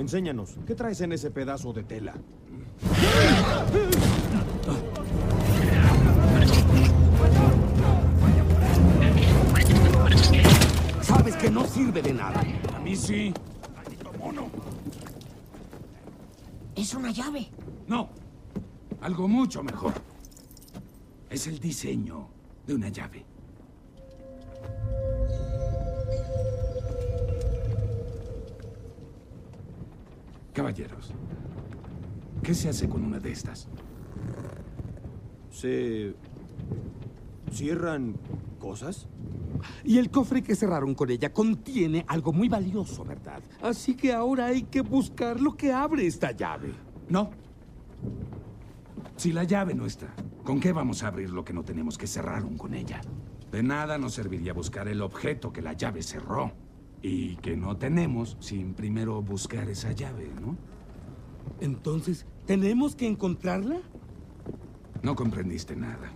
Speaker 13: Enséñanos, ¿qué traes en ese pedazo de tela?
Speaker 19: Sabes que no sirve de nada. A mí sí. mono!
Speaker 12: Es una llave.
Speaker 19: No. Algo mucho mejor. Es el diseño de una llave. Caballeros, ¿qué se hace con una de estas?
Speaker 13: ¿Se cierran cosas?
Speaker 19: Y el cofre que cerraron con ella contiene algo muy valioso, ¿verdad? Así que ahora hay que buscar lo que abre esta llave. No. Si la llave no está, ¿con qué vamos a abrir lo que no tenemos que cerraron con ella? De nada nos serviría buscar el objeto que la llave cerró y que no tenemos sin primero buscar esa llave, ¿no? Entonces, ¿tenemos que encontrarla? No comprendiste nada.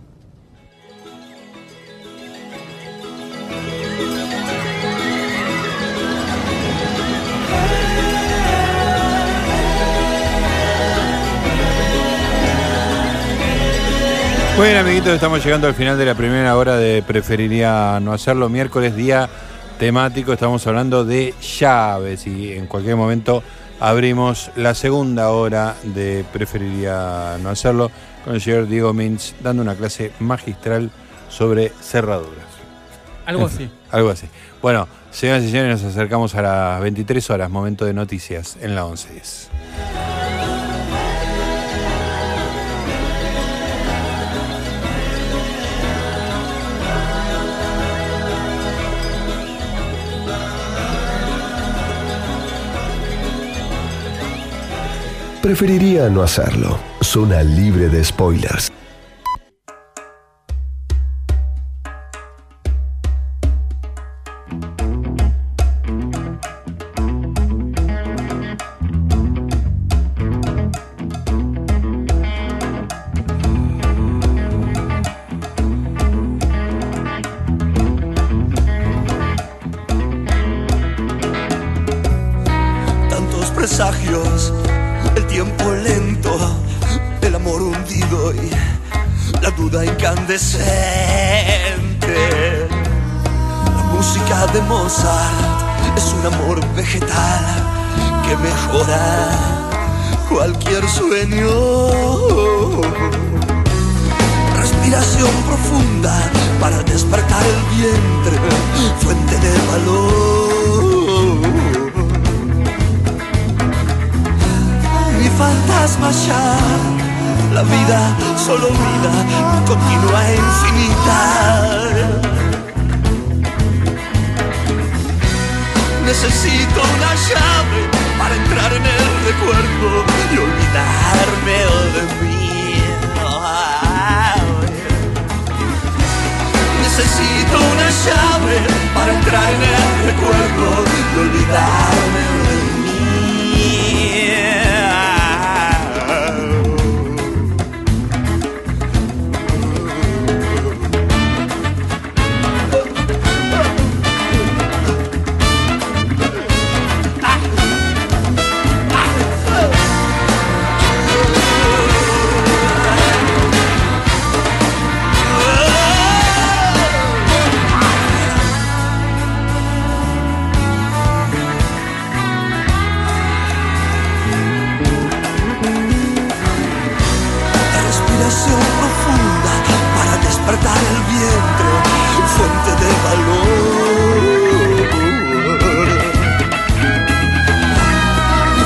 Speaker 2: Bueno, amiguitos, estamos llegando al final de la primera hora de Preferiría No Hacerlo. Miércoles, día temático, estamos hablando de llaves y en cualquier momento abrimos la segunda hora de Preferiría No Hacerlo con el señor Diego Mintz dando una clase magistral sobre cerraduras.
Speaker 3: Algo
Speaker 2: En fin,
Speaker 3: así.
Speaker 2: Algo así. Bueno, señoras y señores, nos acercamos a las 23 horas, momento de noticias en la 1110.
Speaker 1: Preferiría no hacerlo. Zona libre de spoilers.
Speaker 20: presagios, el tiempo lento, el amor hundido y la duda incandescente. La música de Mozart es un amor vegetal que mejora cualquier sueño. Respiración profunda para despertar el vientre, fuente de valor. mi fantasma ya. La vida, solo vida, continua e infinita. Necesito una llave para entrar en el recuerdo y olvidarme de mí. Ay. Necesito una llave para entrar en el recuerdo y olvidarme de mí. Respiración profunda para despertar el vientre, fuente de valor.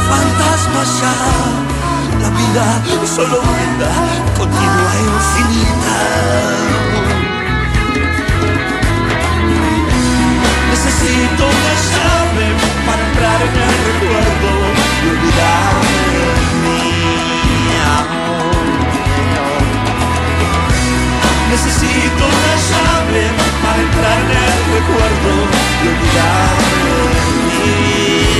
Speaker 20: Fantasma ya, la vida solo vida, continua e infinita. Necesito una llave para entrar en el recuerdo y olvidarme de mí. Necesito una llave para entrar en el recuerdo y olvidarme de mí.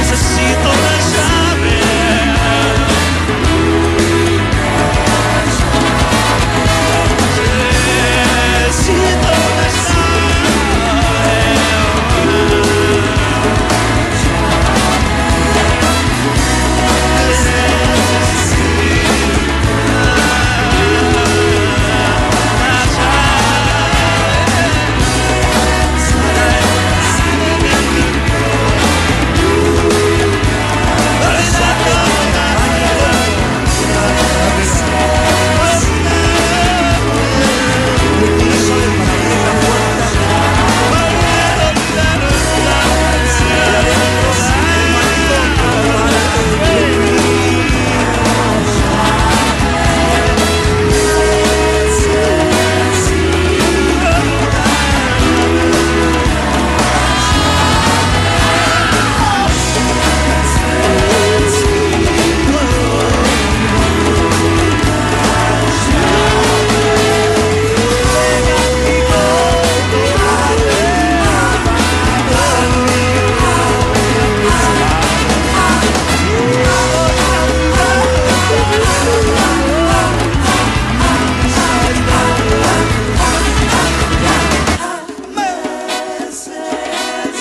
Speaker 20: Necesito una llave. Necesito una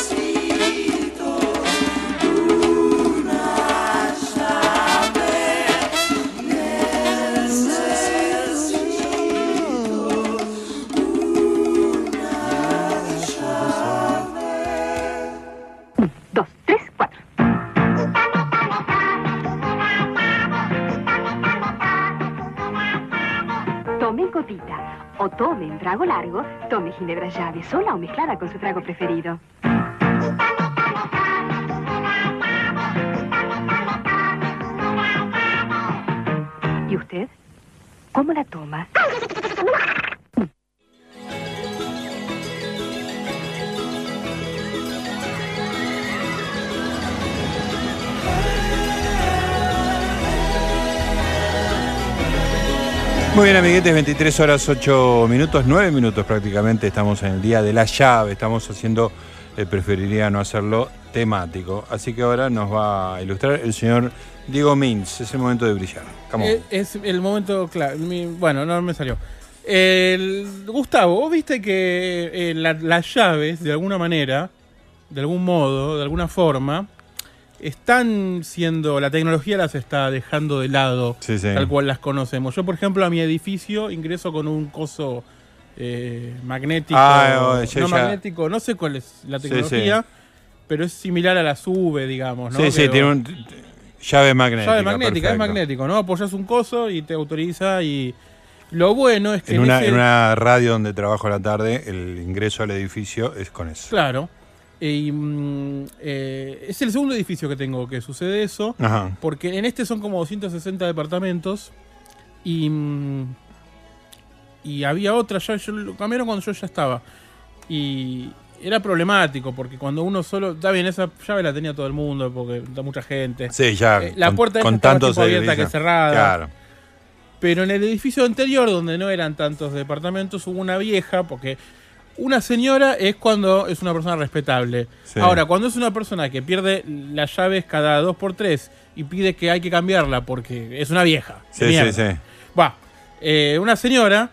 Speaker 20: Necesito una llave, necesito
Speaker 14: Dos, tres, cuatro. Tomen gotita o tomen trago largo, tome ginebra llave sola o mezclada con su trago preferido. ¿Y usted? ¿Cómo la toma?
Speaker 2: Muy bien, amiguetes, 23 horas 8 minutos, 9 minutos prácticamente. Estamos en el día de la llave, estamos haciendo, eh, preferiría no hacerlo temático. Así que ahora nos va a ilustrar el señor Diego Mins. Es el momento de brillar. Come on.
Speaker 3: Eh, Es, el momento claro. mi- Bueno, no me salió. El- Gustavo, vos viste que eh, la- las llaves, de alguna manera, de algún modo, de alguna forma, están siendo, la tecnología las está dejando de lado,
Speaker 2: Sí, sí.
Speaker 3: tal cual las conocemos. Yo, por ejemplo, a mi edificio ingreso con un coso eh, magnético,
Speaker 2: Ah, oh, ya,
Speaker 3: no
Speaker 2: ya.
Speaker 3: magnético, no sé cuál es la
Speaker 2: Sí,
Speaker 3: tecnología, pero es similar a la SUBE, digamos, ¿no?
Speaker 2: Sí, sí,
Speaker 3: Que-
Speaker 2: tiene un t- t- llave magnética.
Speaker 3: Llave magnética, es
Speaker 2: perfecto.
Speaker 3: magnético, ¿no? Apoyas un coso y te autoriza y... Lo bueno es que...
Speaker 2: En
Speaker 3: en
Speaker 2: una,
Speaker 3: ese-
Speaker 2: en una radio donde trabajo a la tarde, el ingreso al edificio es con eso.
Speaker 3: Claro. eh, Y, mm, eh, es el segundo edificio que tengo que sucede eso.
Speaker 2: Ajá.
Speaker 3: Porque en este son como 260 departamentos. Y, mm, y había otra, ya yo lo cambiaron cuando yo ya estaba. Y era problemático porque cuando uno solo. Está bien, esa llave la tenía todo el mundo porque da mucha gente.
Speaker 2: Sí, ya,
Speaker 3: Eh, la
Speaker 2: con-
Speaker 3: puerta
Speaker 2: con
Speaker 3: esa estaba
Speaker 2: tantos
Speaker 3: tipo abierta que
Speaker 2: edificios.
Speaker 3: cerrada.
Speaker 2: Claro.
Speaker 3: Pero en el edificio anterior, donde no eran tantos departamentos, hubo una vieja, porque una señora es cuando es una persona respetable.
Speaker 2: Sí.
Speaker 3: Ahora, cuando es una persona que pierde las llaves cada dos por tres y pide que hay que cambiarla porque es una vieja. de
Speaker 2: Sí,
Speaker 3: mierda.
Speaker 2: sí, sí.
Speaker 3: Va, eh, una señora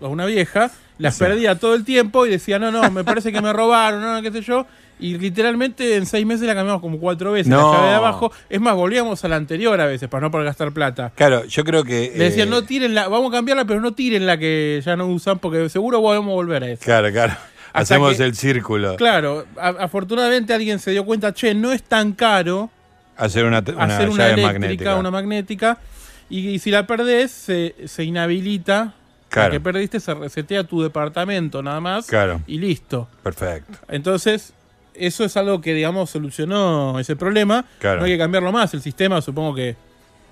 Speaker 3: o una vieja las perdía todo el tiempo y decía, no, no, me parece que me robaron, no, no, qué sé yo. Y literalmente en seis meses la cambiamos como cuatro veces,
Speaker 2: No.
Speaker 3: la llave de abajo. Es más, volvíamos a la anterior a veces para no poder gastar plata.
Speaker 2: Claro, yo creo que.
Speaker 3: Le decían,
Speaker 2: eh,
Speaker 3: no tiren la, vamos a cambiarla, pero no tiren la que ya no usan porque seguro vamos a volver a eso.
Speaker 2: Claro, claro.
Speaker 3: Hasta
Speaker 2: Hacemos
Speaker 3: que-
Speaker 2: el círculo.
Speaker 3: Claro, a- afortunadamente alguien se dio cuenta, che, no es tan caro
Speaker 2: Hacer una, una
Speaker 3: hacer una
Speaker 2: llave
Speaker 3: eléctrica,
Speaker 2: magnética.
Speaker 3: una magnética, y, y si la perdés, se, se inhabilita.
Speaker 2: Claro.
Speaker 3: La que perdiste se resetea tu departamento nada más
Speaker 2: Claro.
Speaker 3: y listo.
Speaker 2: Perfecto.
Speaker 3: Entonces, eso es algo que, digamos, solucionó ese problema.
Speaker 2: Claro.
Speaker 3: No hay que cambiarlo más. El sistema, supongo que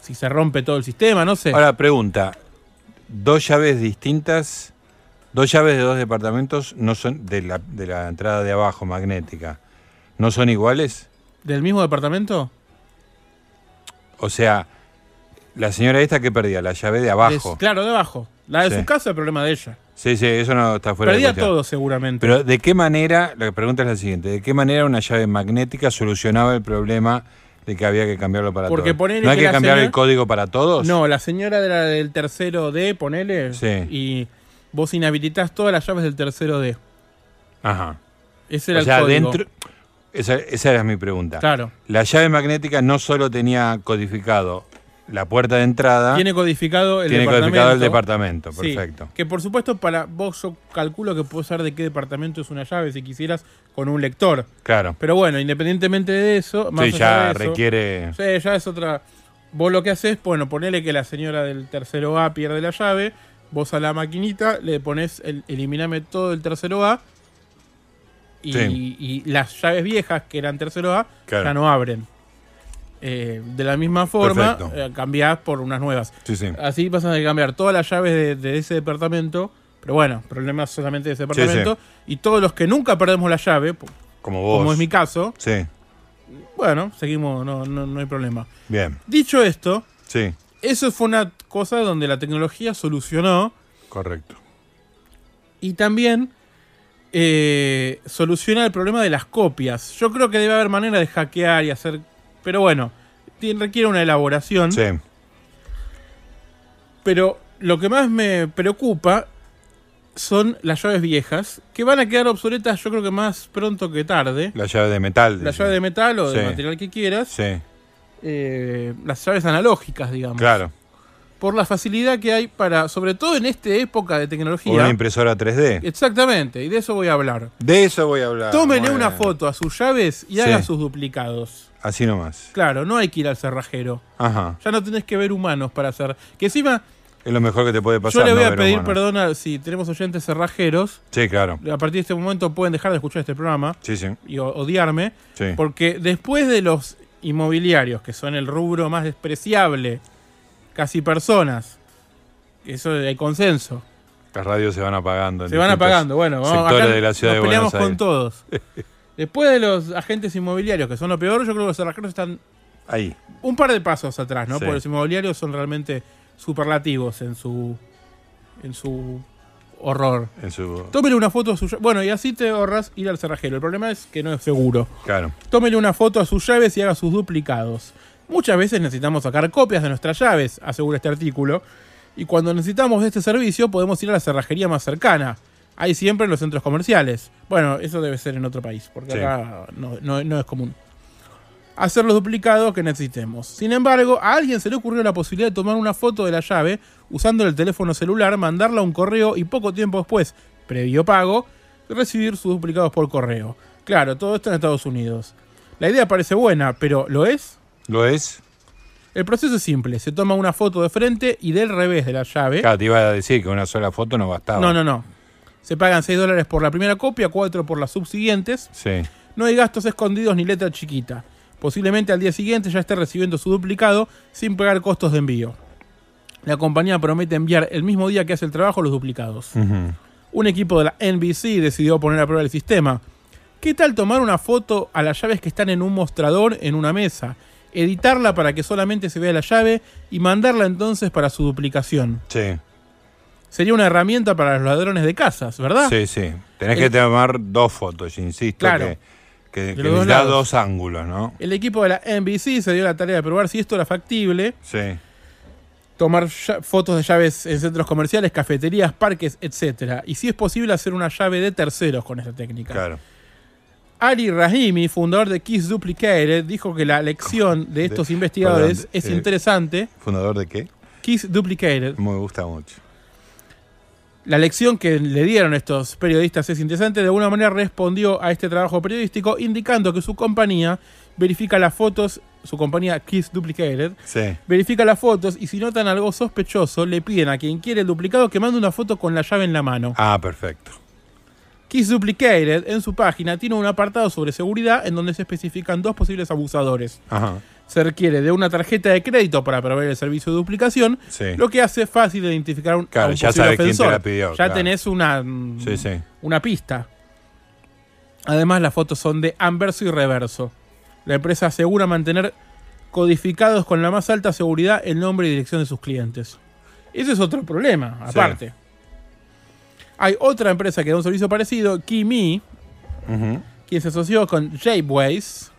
Speaker 3: si se rompe todo el sistema, no sé.
Speaker 2: Ahora, pregunta. Dos llaves distintas, dos llaves de dos departamentos no son de la, de la entrada de abajo magnética. ¿No son iguales?
Speaker 3: ¿Del mismo departamento?
Speaker 2: O sea, la señora esta que perdía, la llave de abajo.
Speaker 3: De- claro, debajo. La de
Speaker 2: Sí.
Speaker 3: su casa, el problema de ella.
Speaker 2: Sí, sí, eso no está fuera
Speaker 3: Perdía
Speaker 2: de cuestión.
Speaker 3: todo seguramente.
Speaker 2: Pero ¿de qué manera, la pregunta es la siguiente, ¿de qué manera una llave magnética solucionaba el problema de que había que cambiarlo para
Speaker 3: Porque
Speaker 2: todos?
Speaker 3: ponele
Speaker 2: ¿No hay
Speaker 3: que
Speaker 2: que
Speaker 3: la
Speaker 2: cambiar
Speaker 3: señora-
Speaker 2: el código para todos?
Speaker 3: No, la señora de la del tercero D, ponele,
Speaker 2: Sí.
Speaker 3: y vos inhabilitás todas las llaves del tercero D.
Speaker 2: Ajá.
Speaker 3: Ese era
Speaker 2: o sea,
Speaker 3: el código.
Speaker 2: dentro... Esa, esa era mi pregunta.
Speaker 3: Claro.
Speaker 2: La llave magnética no solo tenía codificado la puerta de entrada,
Speaker 3: Tiene codificado el
Speaker 2: tiene
Speaker 3: departamento.
Speaker 2: codificado el departamento,
Speaker 3: Sí,
Speaker 2: perfecto.
Speaker 3: que por supuesto para vos yo calculo que puedo saber de qué departamento es una llave si quisieras con un lector.
Speaker 2: Claro.
Speaker 3: Pero bueno, independientemente de eso, más
Speaker 2: Sí,
Speaker 3: allá
Speaker 2: ya
Speaker 3: de eso-
Speaker 2: requiere...
Speaker 3: Sí, ya es otra. Vos lo que haces, bueno, ponele que la señora del tercero A pierde la llave, vos a la maquinita le pones el, eliminame todo el tercero A y,
Speaker 2: Sí.
Speaker 3: y las llaves viejas que eran tercero A
Speaker 2: Claro.
Speaker 3: ya no abren. Eh, de la misma forma,
Speaker 2: Perfecto.
Speaker 3: eh, cambiás por unas nuevas.
Speaker 2: Sí, sí.
Speaker 3: Así vas a cambiar todas las llaves de, de ese departamento, pero bueno, problemas solamente de ese
Speaker 2: sí.
Speaker 3: departamento, y todos los que nunca perdemos la llave, po-
Speaker 2: Como vos.
Speaker 3: como es mi caso,
Speaker 2: Sí,
Speaker 3: bueno, seguimos, no, no, no hay problema.
Speaker 2: bien.
Speaker 3: Dicho esto,
Speaker 2: Sí,
Speaker 3: eso fue una cosa donde la tecnología solucionó
Speaker 2: correcto.
Speaker 3: y también eh, soluciona el problema de las copias. Yo creo que debe haber manera de hackear y hacer. Pero bueno, ti- requiere una elaboración.
Speaker 2: Sí.
Speaker 3: Pero lo que más me preocupa son las llaves viejas, que van a quedar obsoletas, yo creo que más pronto que tarde.
Speaker 2: La llave de metal.
Speaker 3: La
Speaker 2: dice.
Speaker 3: llave de metal o de
Speaker 2: Sí.
Speaker 3: material que quieras.
Speaker 2: Sí,
Speaker 3: eh, las llaves analógicas, digamos.
Speaker 2: claro.
Speaker 3: Por la facilidad que hay para, sobre todo en esta época de
Speaker 2: O Una
Speaker 3: tecnología.
Speaker 2: impresora 3D.
Speaker 3: Exactamente, y de eso voy a hablar.
Speaker 2: De eso voy a hablar.
Speaker 3: Tómele
Speaker 2: Muy
Speaker 3: una
Speaker 2: bien.
Speaker 3: foto a sus llaves y
Speaker 2: Ah, Sí.
Speaker 3: haga sus duplicados.
Speaker 2: Así nomás.
Speaker 3: Claro, no hay que ir al cerrajero.
Speaker 2: Ajá.
Speaker 3: Ya no tenés que ver humanos para hacer. Que encima,
Speaker 2: Es lo mejor que te puede pasar.
Speaker 3: yo le voy
Speaker 2: no
Speaker 3: a
Speaker 2: ver
Speaker 3: pedir
Speaker 2: humanos.
Speaker 3: perdón a- si tenemos oyentes cerrajeros.
Speaker 2: Sí, claro.
Speaker 3: A partir de este momento pueden dejar de escuchar este programa
Speaker 2: Sí, sí.
Speaker 3: y o- odiarme.
Speaker 2: Sí.
Speaker 3: Porque después de los inmobiliarios, que son el rubro más despreciable, casi personas, eso hay consenso.
Speaker 2: Las radios se van apagando. en
Speaker 3: Se van
Speaker 2: distintos
Speaker 3: apagando, bueno, vamos
Speaker 2: sectores
Speaker 3: acá
Speaker 2: de la ciudad
Speaker 3: nos
Speaker 2: de
Speaker 3: peleamos
Speaker 2: Buenos Aires.
Speaker 3: con todos. Después de los agentes inmobiliarios, que son lo peor, yo creo que los cerrajeros están
Speaker 2: Ahí.
Speaker 3: un par de pasos atrás, ¿no?
Speaker 2: Sí.
Speaker 3: Porque los inmobiliarios son realmente superlativos en su en su horror.
Speaker 2: En su...
Speaker 3: Tómele una foto a su lla- Bueno, y así te ahorras ir al cerrajero. El problema es que no es seguro.
Speaker 2: Claro.
Speaker 3: Tómele una foto a sus llaves y haga sus duplicados. Muchas veces necesitamos sacar copias de nuestras llaves, asegura este artículo. Y cuando necesitamos de este servicio, podemos ir a la cerrajería más cercana. hay siempre en los centros comerciales. Bueno, eso debe ser en otro país, porque
Speaker 2: Sí.
Speaker 3: acá no, no- no es común. Hacer los duplicados que necesitemos. Sin embargo, a alguien se le ocurrió la posibilidad de tomar una foto de la llave usando el teléfono celular, mandarla a un correo y poco tiempo después, previo pago, recibir sus duplicados por correo. Claro, todo esto en Estados Unidos. La idea parece buena, pero ¿lo es?
Speaker 2: ¿Lo es?
Speaker 3: El proceso es simple. Se toma una foto de frente y del revés de la llave.
Speaker 2: Claro, te iba a decir que una sola foto no bastaba.
Speaker 3: ¿Eh? No, no, no. Se pagan 6 dólares por la primera copia, 4 por las subsiguientes.
Speaker 2: Sí.
Speaker 3: No hay gastos escondidos ni letra chiquita. Posiblemente al día siguiente ya esté recibiendo su duplicado sin pagar costos de envío. La compañía promete enviar el mismo día que hace el trabajo los duplicados.
Speaker 7: Mm-hmm.
Speaker 3: Un equipo de la NBC decidió poner a prueba el sistema. ¿Qué tal tomar una foto a las llaves que están en un mostrador en una mesa? Editarla para que solamente se vea la llave y mandarla entonces para su duplicación.
Speaker 2: Sí.
Speaker 3: Sería una herramienta para los ladrones de casas, ¿verdad?
Speaker 2: Sí, sí. Tenés que
Speaker 3: El-
Speaker 2: tomar dos fotos, yo insisto.
Speaker 3: Claro.
Speaker 2: Que, que, que
Speaker 3: los dos
Speaker 2: les da
Speaker 3: lados.
Speaker 2: dos ángulos, ¿no?
Speaker 3: El equipo de la NBC se dio la tarea de probar si esto era factible.
Speaker 2: Sí.
Speaker 3: tomar ya- fotos de llaves en centros comerciales, cafeterías, parques, etc. Y si es posible hacer una llave de terceros con esta técnica.
Speaker 2: Claro.
Speaker 3: Ali Rahimi, fundador de Kiss Duplicated, dijo que la lección de estos investigadores
Speaker 2: perdón,
Speaker 3: es
Speaker 2: eh,
Speaker 3: interesante.
Speaker 2: ¿Fundador de qué?
Speaker 3: Kiss Duplicated.
Speaker 2: Me gusta mucho.
Speaker 3: La lección que le dieron estos periodistas es interesante. De alguna manera respondió a este trabajo periodístico indicando que su compañía verifica las fotos, su compañía Kiss Duplicated,
Speaker 2: Sí.
Speaker 3: verifica las fotos y si notan algo sospechoso, le piden a quien quiere el duplicado que mande una foto con la llave en la mano.
Speaker 2: Ah, perfecto.
Speaker 3: Kiss Duplicated en su página tiene un apartado sobre seguridad en donde se especifican dos posibles abusadores.
Speaker 2: Ajá.
Speaker 3: Se requiere de una tarjeta de crédito para proveer el servicio de duplicación,
Speaker 2: Sí.
Speaker 3: lo que hace fácil identificar a un,
Speaker 2: Claro,
Speaker 3: a un
Speaker 2: ya
Speaker 3: posible
Speaker 2: sabes quién te
Speaker 3: ofensor.
Speaker 2: la pidió,
Speaker 3: ya
Speaker 2: claro.
Speaker 3: tenés una, mm,
Speaker 2: Sí, sí.
Speaker 3: una pista. Además, las fotos son de anverso y reverso. La empresa asegura mantener codificados con la más alta seguridad el nombre y dirección de sus clientes. Ese es otro problema,
Speaker 2: Sí.
Speaker 3: aparte. Hay otra empresa que da un servicio parecido, Kimi,
Speaker 2: Ujú.
Speaker 3: quien se asoció con Shapeways.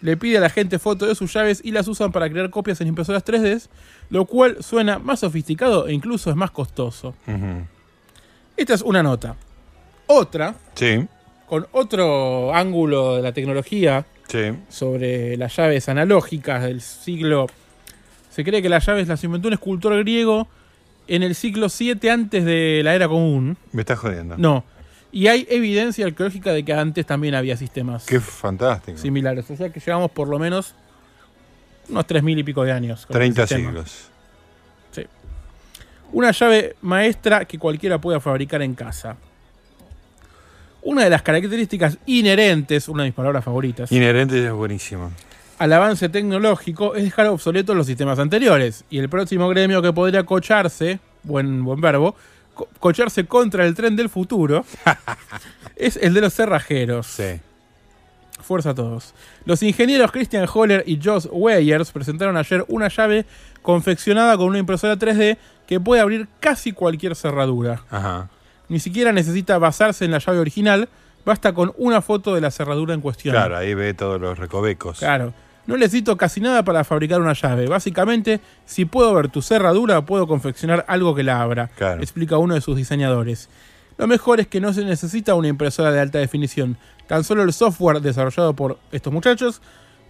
Speaker 3: Le pide a la gente fotos de sus llaves y las usan para crear copias en impresoras 3D, lo cual suena más sofisticado e incluso es más costoso.
Speaker 2: Ujú.
Speaker 3: Esta es una nota. Otra,
Speaker 2: Sí,
Speaker 3: con otro ángulo de la tecnología
Speaker 2: sí.
Speaker 3: sobre las llaves analógicas del siglo. Se cree que las llaves las inventó un escultor griego en el siglo 7 antes de la era común.
Speaker 2: Me estás jodiendo.
Speaker 3: No. Y hay evidencia arqueológica de que antes también había sistemas
Speaker 2: Qué fantástico.
Speaker 3: similares. O sea que llevamos por lo menos unos 3.000 y pico de años. con
Speaker 2: 30
Speaker 3: este sistema.
Speaker 2: siglos.
Speaker 3: Sí. Una llave maestra que cualquiera pueda fabricar en casa. Una de las características inherentes, una de mis palabras favoritas,
Speaker 2: Inherente es buenísimo.
Speaker 3: al avance tecnológico es dejar obsoletos los sistemas anteriores. Y el próximo gremio que podría cocharse, buen, buen verbo, co- cocharse contra el tren del futuro, es el de los cerrajeros. Fuerza a todos. Los ingenieros Christian Holler y Josh Weyers presentaron ayer una llave confeccionada con una impresora 3D que puede abrir casi cualquier cerradura.
Speaker 2: Ajá.
Speaker 3: Ni siquiera necesita basarse en la llave original, basta con una foto de la cerradura en cuestión.
Speaker 2: Claro, ahí ve todos los recovecos.
Speaker 3: Claro. No necesito casi nada para fabricar una llave. Básicamente, si puedo ver tu cerradura, puedo confeccionar algo que la abra,
Speaker 2: Claro.
Speaker 3: explica uno de sus diseñadores. Lo mejor es que no se necesita una impresora de alta definición, tan solo el software desarrollado por estos muchachos,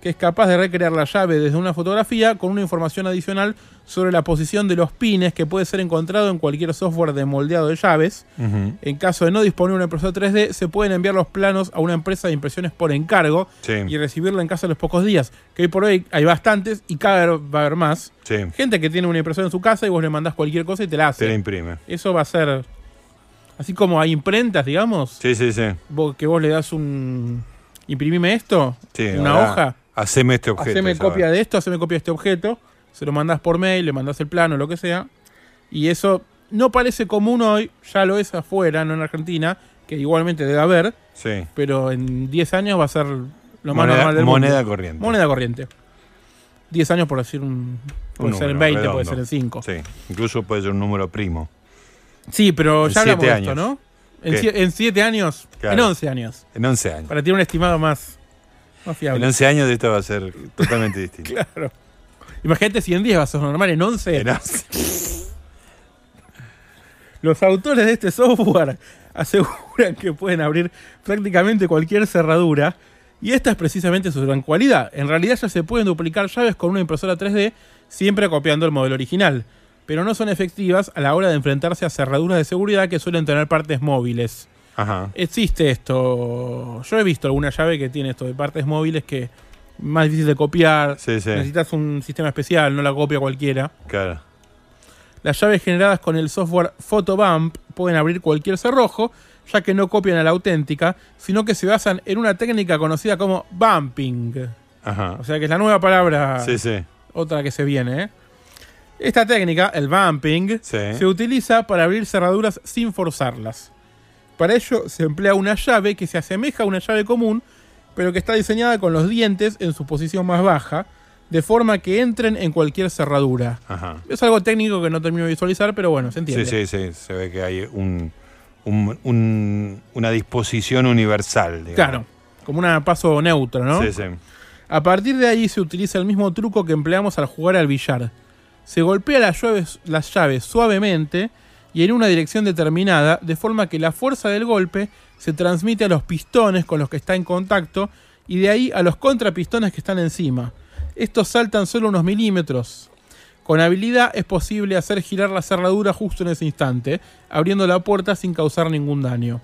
Speaker 3: que es capaz de recrear la llave desde una fotografía con una información adicional sobre la posición de los pines que puede ser encontrado en cualquier software de moldeado de llaves.
Speaker 7: Mm-hmm.
Speaker 2: Ujú.
Speaker 3: En caso de no disponer de una impresora 3D, se pueden enviar los planos a una empresa de impresiones por encargo
Speaker 2: Sí.
Speaker 3: y recibirla en casa a los pocos días. Que hoy por hoy hay bastantes y cada vez va a haber más.
Speaker 2: Sí.
Speaker 3: Gente que tiene una impresora en su casa y vos le mandás cualquier cosa y te la hace.
Speaker 2: Te la imprime.
Speaker 3: Eso va a ser. Así como hay imprentas, digamos,
Speaker 2: Sí, sí, sí.
Speaker 3: vos- que vos le das un. Imprimime esto,
Speaker 2: sí
Speaker 3: una
Speaker 2: ahora,
Speaker 3: hoja.
Speaker 2: Haceme este objeto.
Speaker 3: Haceme
Speaker 2: ya va.
Speaker 3: copia de esto, haceme copia de este objeto. Se lo mandás por mail, le mandás el plano, lo que sea. Y eso no parece común hoy, ya lo es afuera, no en Argentina, que igualmente debe haber,
Speaker 2: Sí.
Speaker 3: pero en 10 años va a ser lo más
Speaker 2: Moneda-
Speaker 3: normal del mundo.
Speaker 2: moneda corriente.
Speaker 3: Moneda corriente. 10 años por decir un. Puede
Speaker 2: Un
Speaker 3: ser en
Speaker 2: número
Speaker 3: 20,
Speaker 2: redondo.
Speaker 3: puede ser en 5.
Speaker 2: Sí. Incluso puede ser un número primo.
Speaker 3: Sí, pero
Speaker 2: En
Speaker 3: ya hablamos
Speaker 2: siete
Speaker 3: de esto,
Speaker 2: años.
Speaker 3: ¿no? En
Speaker 2: ¿Qué?
Speaker 3: sie- En 7 años,
Speaker 2: Claro.
Speaker 3: en 11 años.
Speaker 2: En 11 años.
Speaker 3: Para tener un estimado más, más
Speaker 2: En
Speaker 3: fiable.
Speaker 2: 11 años esto va a ser totalmente distinto.
Speaker 3: Claro. Imagínate si en 10 va a ser normal, en 11. Los autores de este software aseguran que pueden abrir prácticamente cualquier cerradura y esta es precisamente su gran cualidad. En realidad ya se pueden duplicar llaves con una impresora 3D siempre copiando el modelo original, pero no son efectivas a la hora de enfrentarse a cerraduras de seguridad que suelen tener partes móviles.
Speaker 2: Ajá.
Speaker 3: Existe esto. Yo he visto alguna llave que tiene esto de partes móviles que más difícil de copiar.
Speaker 2: Sí, sí.
Speaker 3: Necesitas un sistema especial, no la copia cualquiera.
Speaker 2: Claro.
Speaker 3: Las llaves generadas con el software Photobump pueden abrir cualquier cerrojo, ya que no copian a la auténtica, sino que se basan en una técnica conocida como bumping.
Speaker 2: Ajá.
Speaker 3: O sea que es la nueva palabra,
Speaker 2: Sí, sí.
Speaker 3: otra que se viene. ¿eh? Esta técnica, el bumping,
Speaker 2: Sí.
Speaker 3: se utiliza para abrir cerraduras sin forzarlas. Para ello se emplea una llave que se asemeja a una llave común, pero que está diseñada con los dientes en su posición más baja, de forma que entren en cualquier cerradura.
Speaker 2: Ajá.
Speaker 3: Es algo técnico que no termino de visualizar, pero bueno, se entiende.
Speaker 2: Sí, sí, sí. Se ve que hay un, un- un- una disposición universal. digamos.
Speaker 3: Claro, como un paso neutro, ¿no?
Speaker 2: Sí, sí.
Speaker 3: A partir de ahí se utiliza el mismo truco que empleamos al jugar al billar. Se golpea las llaves, las llaves suavemente y en una dirección determinada, de forma que la fuerza del golpe se transmite a los pistones con los que está en contacto y de ahí a los contrapistones que están encima. Estos saltan solo unos milímetros. Con habilidad es posible hacer girar la cerradura justo en ese instante, abriendo la puerta sin causar ningún daño.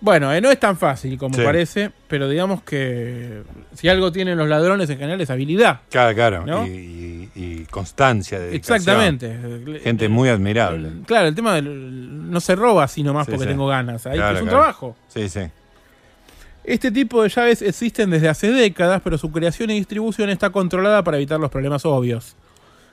Speaker 3: Bueno, eh, no es tan fácil como
Speaker 2: Sí.
Speaker 3: parece, pero digamos que si algo tienen los ladrones en general es habilidad.
Speaker 2: Claro, claro.
Speaker 3: ¿No?
Speaker 2: Y, y- y constancia de
Speaker 3: Exactamente. Eh,
Speaker 2: Gente muy admirable.
Speaker 3: Claro, el tema del- no se roba así nomás
Speaker 2: Sí,
Speaker 3: porque
Speaker 2: sí.
Speaker 3: tengo ganas. Ahí
Speaker 2: Claro,
Speaker 3: es un
Speaker 2: claro.
Speaker 3: trabajo.
Speaker 2: Sí, sí.
Speaker 3: Este tipo de llaves existen desde hace décadas, pero su creación y distribución está controlada para evitar los problemas obvios.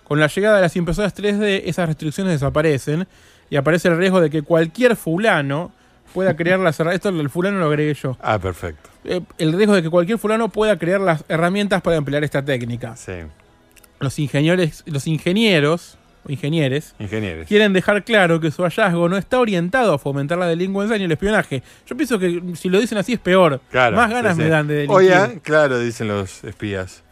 Speaker 3: Con la llegada de las impresoras 3D, esas restricciones desaparecen y aparece el riesgo de que cualquier fulano pueda crear las herramientas. Esto el fulano lo agregué yo.
Speaker 2: Ah, perfecto.
Speaker 3: Eh, el riesgo de que cualquier fulano pueda crear las herramientas para emplear esta técnica. Los ingenieros, los ingenieros, o ingenieres,
Speaker 2: Ingenieros.
Speaker 3: quieren dejar claro que su hallazgo no está orientado a fomentar la delincuencia ni el espionaje. Yo pienso que si lo dicen así es peor.
Speaker 2: Claro,
Speaker 3: Más ganas
Speaker 2: sí,
Speaker 3: me
Speaker 2: sí.
Speaker 3: dan de delinquir.
Speaker 2: Oye, claro, dicen los espías.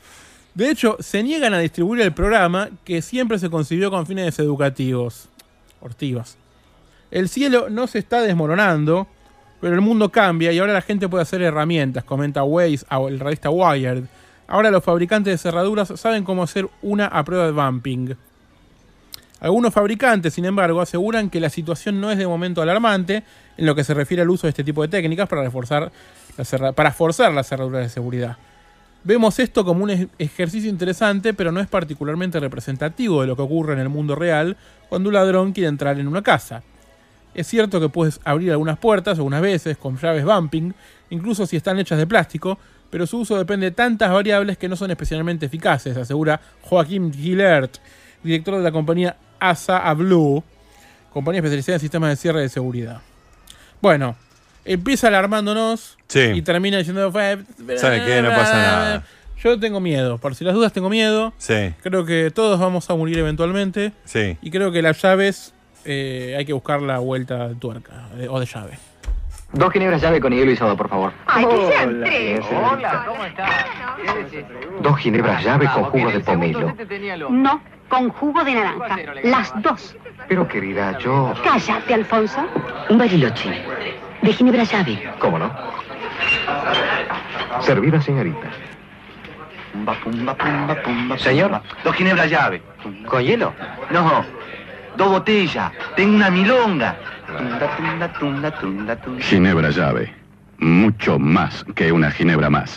Speaker 3: De hecho, se niegan a distribuir el programa que siempre se concibió con fines educativos. Ortivas. El cielo no se está desmoronando, pero el mundo cambia y ahora la gente puede hacer herramientas, comenta Waze a- el revista Wired. Ahora los fabricantes de cerraduras saben cómo hacer una a prueba de bumping. Algunos fabricantes, sin embargo, aseguran que la situación no es de momento alarmante en lo que se refiere al uso de este tipo de técnicas para, reforzar la cerra- para forzar las cerraduras de seguridad. Vemos esto como un ej- ejercicio interesante, pero no es particularmente representativo de lo que ocurre en el mundo real cuando un ladrón quiere entrar en una casa. Es cierto que puedes abrir algunas puertas, algunas veces, con llaves bumping, incluso si están hechas de plástico, pero su uso depende de tantas variables que no son especialmente eficaces, asegura Joaquín Gilert, director de la compañía ASA Ablu, compañía especializada en sistemas de cierre de seguridad. Bueno, empieza alarmándonos
Speaker 2: Sí.
Speaker 3: y termina diciendo... "Fue-
Speaker 2: ¿Saben qué? No pasa nada.
Speaker 3: Yo tengo miedo, por si las dudas tengo miedo.
Speaker 2: Sí,
Speaker 3: Creo que todos vamos a morir eventualmente.
Speaker 2: sí.
Speaker 3: Y creo que las llaves eh, hay que buscar la vuelta de tuerca eh, o de llave.
Speaker 9: Dos ginebras llave con hielo y soda, por favor.
Speaker 7: Ay, que sean
Speaker 9: Hola,
Speaker 7: tres.
Speaker 9: ¿cómo estás? Dos ginebras llave con jugo de pomelo.
Speaker 14: No, con jugo de naranja. Las dos.
Speaker 9: Pero querida, yo...
Speaker 14: Cállate, Alfonso.
Speaker 9: Un bariloche. De ginebra llave. ¿Cómo no? Servida, señorita.
Speaker 5: Señor, dos ginebras llave. ¿Con hielo? No, dos botellas. Tengo una milonga.
Speaker 21: Ginebra llave. Mucho más que una ginebra más.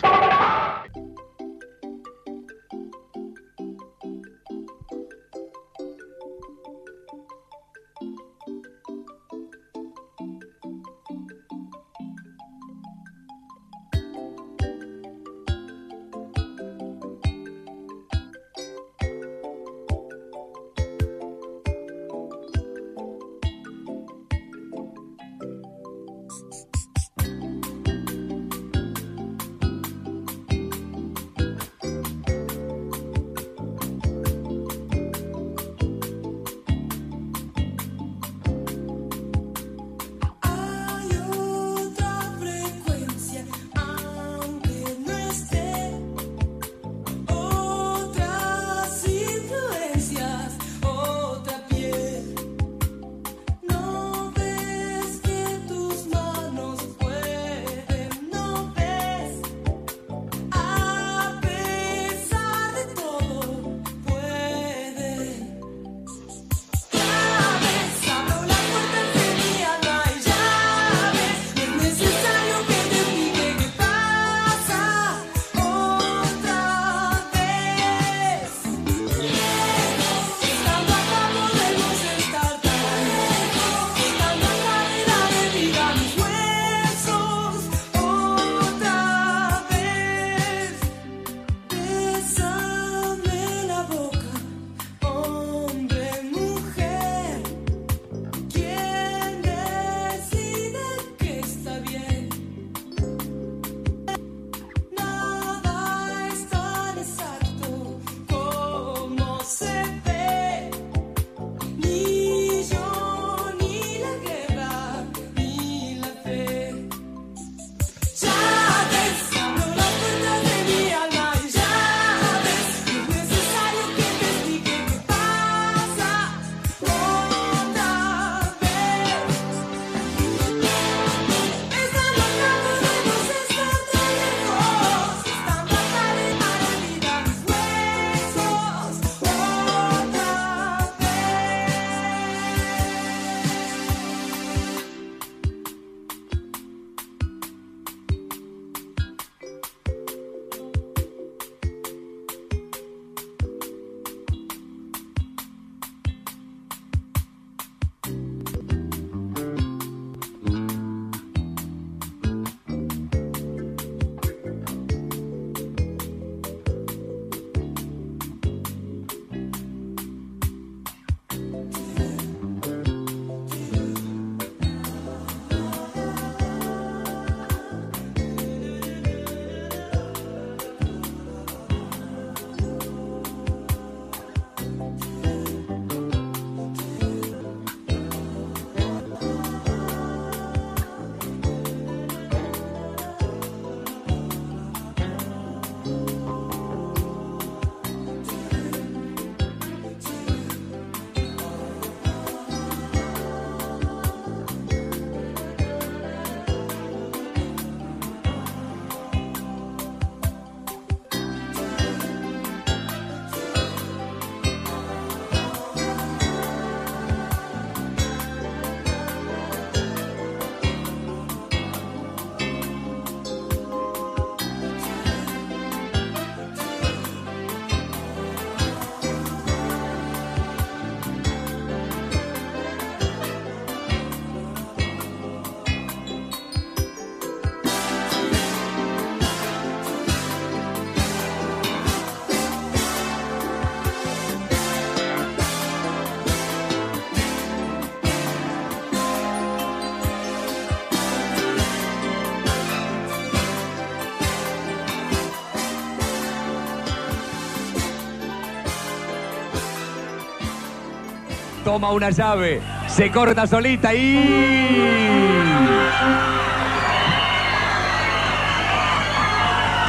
Speaker 4: toma una llave, se corta solita y...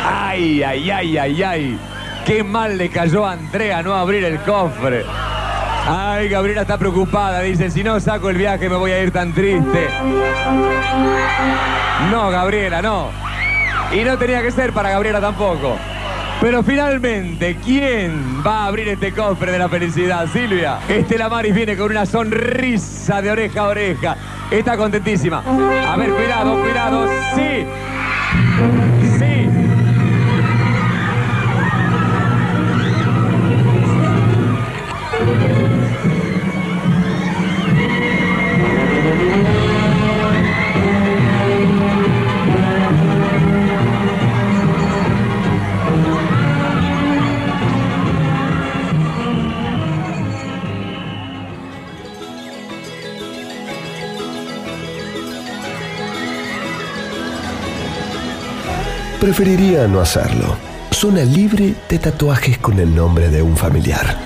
Speaker 4: Ay, ay, ay, ay, ay. Qué mal le cayó a Andrea no abrir el cofre. Ay, Gabriela está preocupada. Dice, si no saco el viaje me voy a ir tan triste. No, Gabriela, no. Y no tenía que ser para Gabriela tampoco. Pero finalmente, ¿quién va a abrir este cofre de la felicidad, Silvia? Estela Maris viene con una sonrisa de oreja a oreja. Está contentísima. A ver, cuidado, cuidado. Sí. Sí.
Speaker 1: Preferiría no hacerlo. Zona libre de tatuajes con el nombre de un familiar.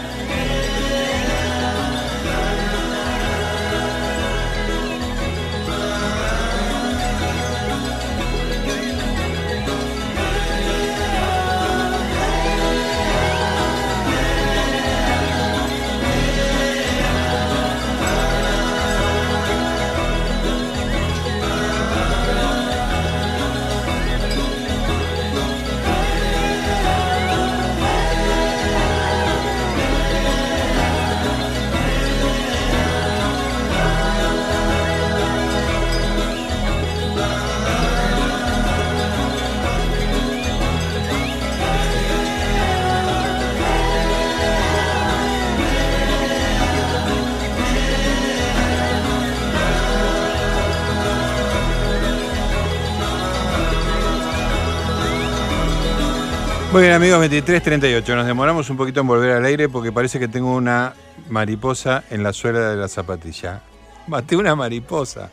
Speaker 2: Muy bien amigos, 23.38. Nos demoramos un poquito en volver al aire porque parece que tengo una mariposa en la suela de la zapatilla. Maté una mariposa.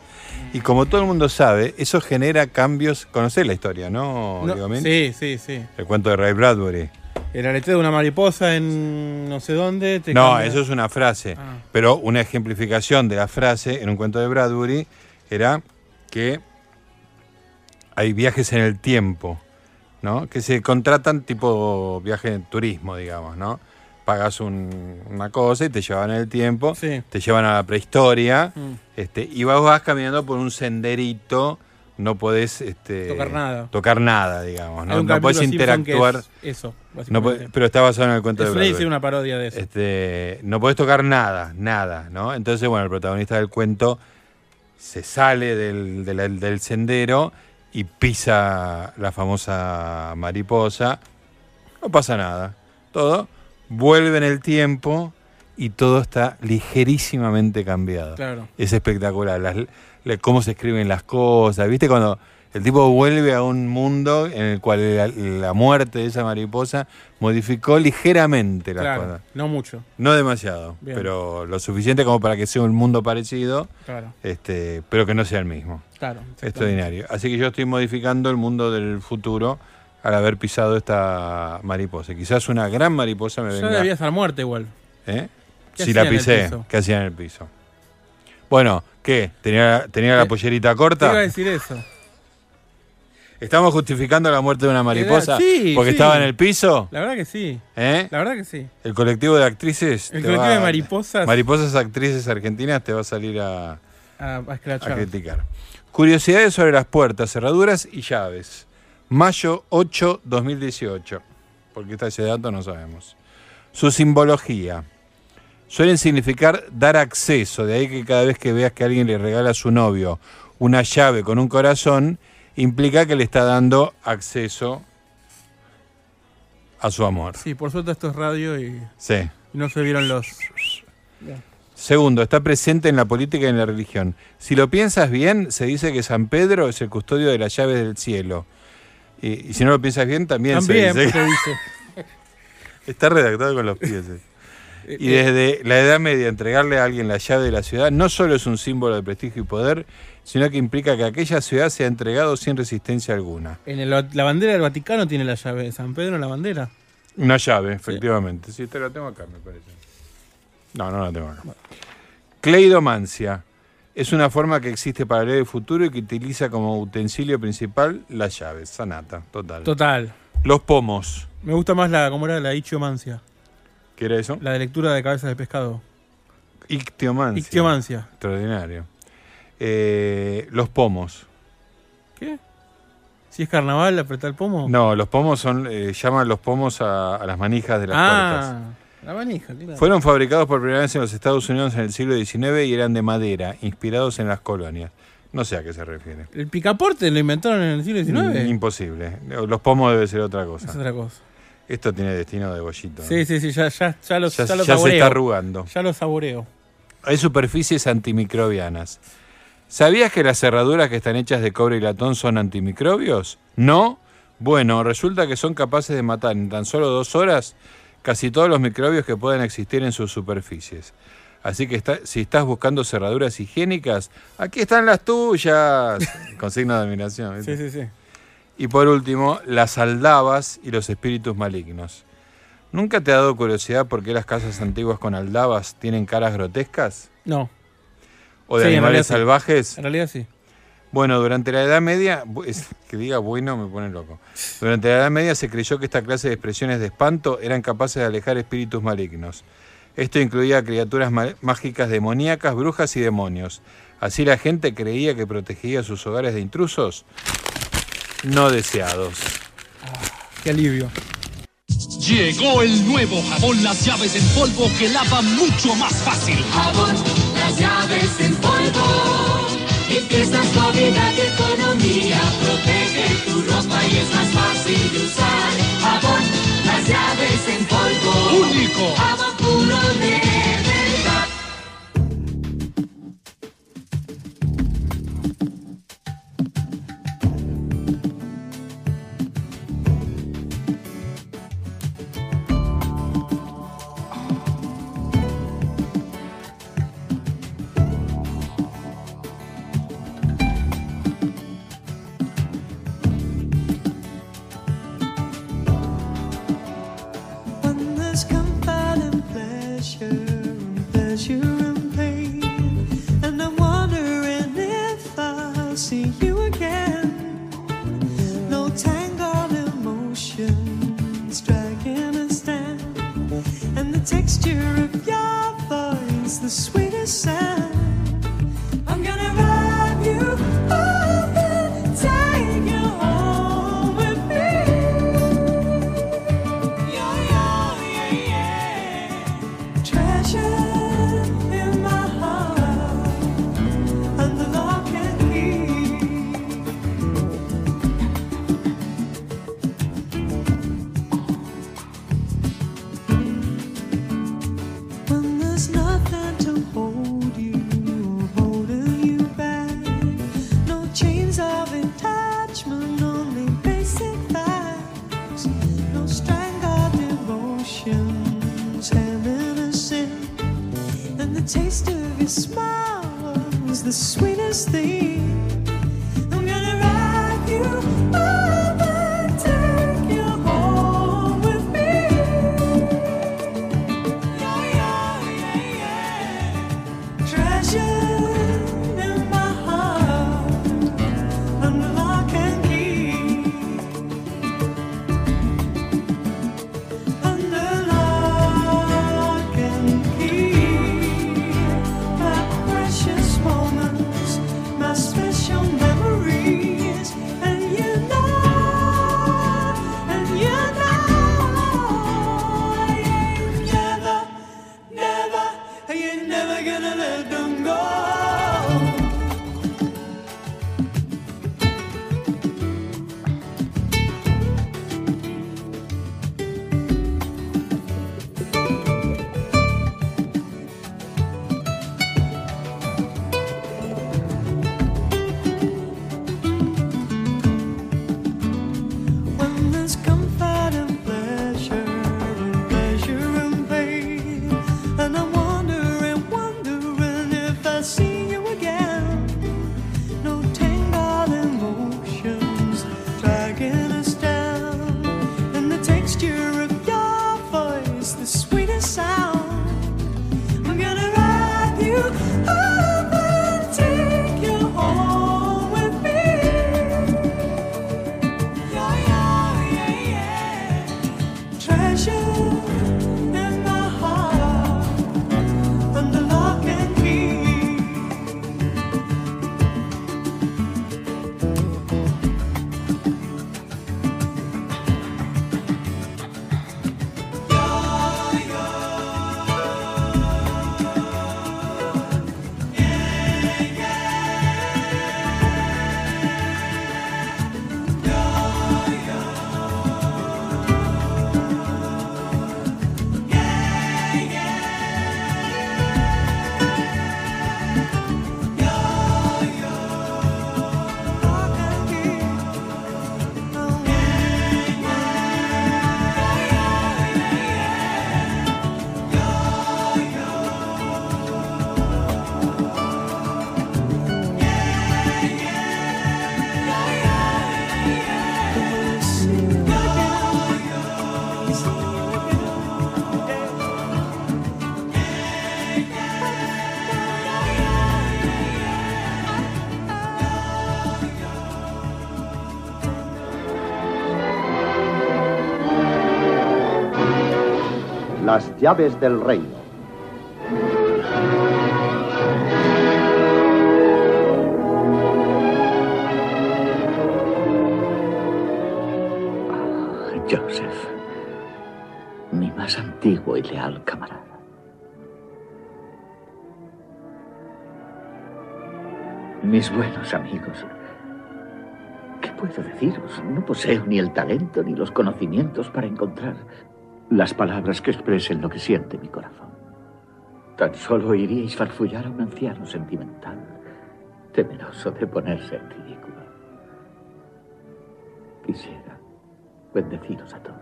Speaker 2: Y como todo el mundo sabe, eso genera cambios. Conocés la historia, ¿no,
Speaker 3: No,
Speaker 2: Diego Mint?
Speaker 3: sí, sí, sí.
Speaker 2: El cuento de Ray Bradbury.
Speaker 3: El arete de una mariposa en no sé dónde. te
Speaker 2: No,
Speaker 3: cambia-
Speaker 2: eso es una frase.
Speaker 3: Ah.
Speaker 2: Pero una ejemplificación de la frase en un cuento de Bradbury era que hay viajes en el tiempo, ¿no? Que se contratan tipo viaje en turismo, digamos, ¿no? Pagas un- una cosa y te llevan en el tiempo, te llevan a la prehistoria,
Speaker 3: Mm.
Speaker 2: este, y vos vas caminando por un senderito, no podés este,
Speaker 3: Tocar nada.
Speaker 2: tocar nada, digamos,
Speaker 3: Hay
Speaker 2: ¿no?
Speaker 3: un
Speaker 2: No podés
Speaker 3: capítulo de Simpson que es
Speaker 2: interactuar.
Speaker 3: eso,
Speaker 2: no podés-
Speaker 3: básicamente.
Speaker 2: pero está basado en el cuento
Speaker 3: Es
Speaker 2: de
Speaker 3: una-
Speaker 2: Bradbury.
Speaker 3: hice una parodia de eso.
Speaker 2: Este, no podés tocar nada, nada, ¿no? Entonces, bueno, el protagonista del cuento se sale del, del- del sendero y pisa la famosa mariposa. No pasa nada. Todo vuelve en el tiempo y todo está ligerísimamente cambiado.
Speaker 3: Claro.
Speaker 2: Es espectacular. las- la- cómo se escriben las cosas. ¿Viste cuando el tipo vuelve a un mundo en el cual la, la muerte de esa mariposa modificó ligeramente las
Speaker 3: Claro,
Speaker 2: cosas?
Speaker 3: no mucho.
Speaker 2: No demasiado,
Speaker 3: Bien.
Speaker 2: pero lo suficiente como para que sea un mundo parecido,
Speaker 3: Claro,
Speaker 2: este, pero que no sea el mismo.
Speaker 3: claro. exactamente.
Speaker 2: Extraordinario. Así que yo estoy modificando el mundo del futuro al haber pisado esta mariposa. Quizás una gran mariposa me
Speaker 3: Ya
Speaker 2: venga.
Speaker 3: debía estar muerta igual.
Speaker 2: ¿eh?
Speaker 3: ¿Qué
Speaker 2: Si
Speaker 3: hacía
Speaker 2: la
Speaker 3: en el
Speaker 2: pisé,
Speaker 3: piso?
Speaker 2: que hacía en el piso. Bueno, ¿qué? ¿Tenía, tenía la
Speaker 3: Eh, Te
Speaker 2: pollerita
Speaker 3: iba a
Speaker 2: corta?
Speaker 3: decir eso.
Speaker 2: ¿Estamos justificando la muerte de una mariposa?
Speaker 3: Eh, Sí,
Speaker 2: porque
Speaker 3: sí.
Speaker 2: estaba en el piso.
Speaker 3: La verdad que sí.
Speaker 2: ¿Eh?
Speaker 3: La verdad que sí.
Speaker 2: El colectivo de actrices.
Speaker 3: El
Speaker 2: te
Speaker 3: colectivo
Speaker 2: va-
Speaker 3: de mariposas.
Speaker 2: Mariposas actrices argentinas te va a salir a,
Speaker 3: A, a
Speaker 2: a
Speaker 3: escrachar.
Speaker 2: criticar. Curiosidades sobre las puertas, cerraduras y llaves. Mayo 8, 2018. Porque está ese dato, no sabemos. Su simbología. Suelen significar dar acceso. De ahí que cada vez que veas que alguien le regala a su novio una llave con un corazón, implica que le está dando acceso a su amor.
Speaker 3: Sí, por suerte esto es radio y
Speaker 2: Sí.
Speaker 3: y no se vieron los.
Speaker 2: Segundo, está presente en la política y en la religión. Si lo piensas bien, se dice que San Pedro es el custodio de las llaves del cielo. Y, y si no lo piensas bien, también,
Speaker 3: También
Speaker 2: se dice.
Speaker 3: se dice.
Speaker 2: Está redactado con los pies. eh. Y desde la Edad Media, entregarle a alguien la llave de la ciudad no solo es un símbolo de prestigio y poder, sino que implica que aquella ciudad sea entregado sin resistencia alguna.
Speaker 3: En el- la bandera del Vaticano tiene la llave de San Pedro en la bandera.
Speaker 2: Una llave, efectivamente. Sí, te la tengo acá, me parece. No, no la tengo acá. Cleidomancia. Es una forma que existe para leer el futuro y que utiliza como utensilio principal las llaves. Sanata, total.
Speaker 3: Total.
Speaker 2: Los pomos.
Speaker 3: Me gusta más la, ¿cómo era? La ichiomancia.
Speaker 2: ¿Qué era eso?
Speaker 3: La de lectura de cabezas de pescado.
Speaker 2: Ictiomancia.
Speaker 3: Ictiomancia.
Speaker 2: Extraordinario. Eh, los pomos.
Speaker 3: Si es carnaval, apretar el pomo.
Speaker 2: No, los pomos son. eh, llaman los pomos a, a las manijas de las puertas.
Speaker 3: ah, la manija, claro.
Speaker 2: Fueron fabricados por primera vez en los Estados Unidos en el siglo XIX y eran de madera, inspirados en las colonias. No sé a qué se refiere.
Speaker 3: El picaporte lo inventaron en el siglo XIX.
Speaker 2: Imposible. Los pomos debe ser otra cosa.
Speaker 3: es otra cosa.
Speaker 2: Esto tiene destino de bollito. ¿no?
Speaker 3: Sí, sí, sí, ya, ya, ya lo,
Speaker 2: Ya-
Speaker 3: ya lo
Speaker 2: ya se
Speaker 3: saboreo.
Speaker 2: está arrugando.
Speaker 3: Ya lo saboreo.
Speaker 2: Hay superficies antimicrobianas. ¿Sabías que las cerraduras que están hechas de cobre y latón son antimicrobios? ¿No? Bueno, resulta que son capaces de matar en tan solo dos horas casi todos los microbios que puedan existir en sus superficies. Así que está- si estás buscando cerraduras higiénicas, aquí están las tuyas. Con signo de admiración. ¿viste?
Speaker 3: Sí, sí, sí.
Speaker 2: Y por último, las aldabas y los espíritus malignos. ¿Nunca te ha dado curiosidad por qué las casas antiguas con aldabas tienen caras grotescas?
Speaker 3: No.
Speaker 2: ¿O de
Speaker 3: Sí, en
Speaker 2: animales
Speaker 3: realidad sí.
Speaker 2: salvajes?
Speaker 3: En realidad sí.
Speaker 2: Bueno, durante la Edad Media, bu- es- que diga bueno me pone loco. Durante la Edad Media se creyó que esta clase de expresiones de espanto eran capaces de alejar espíritus malignos. Esto incluía criaturas ma- mágicas demoníacas, brujas y demonios. Así la gente creía que protegía sus hogares de intrusos no deseados.
Speaker 3: Qué alivio.
Speaker 19: Llegó el nuevo jabón Las Llaves en polvo que lava mucho más fácil.
Speaker 20: Jabón, las llaves en polvo. Limpiezas, comida y economía. Protege tu ropa y es más fácil de usar. Jabón, las llaves en polvo.
Speaker 19: Único.
Speaker 20: Jabón puro de verdad.
Speaker 22: One that's combating pleasure and pleasure and pain. And I'm wondering if I'll see you again. No tangled emotions dragging us down. And the texture of your voice, the sweetest sound. I'm gonna wrap you up and take you home with me. Treasure in my heart, and the lock and key. When there's nothing to hold you, holding you back. No chains of attachment, only basic facts. No strangled emotions, hemming us in. And the taste of your smile was the sweetest thing. I'm gonna rock you up and take you home with me. Treasure in my heart, under lock and key. Under lock and key, my precious moments, my
Speaker 8: Las llaves del reino.
Speaker 9: Joseph, mi más antiguo y leal camarada. Mis buenos amigos, ¿qué puedo deciros? No poseo ni el talento ni los conocimientos para encontrar las palabras que expresen lo que siente mi corazón. Tan solo iríais farfullar a un anciano sentimental, temeroso de ponerse en ridículo. Quisiera bendeciros a todos.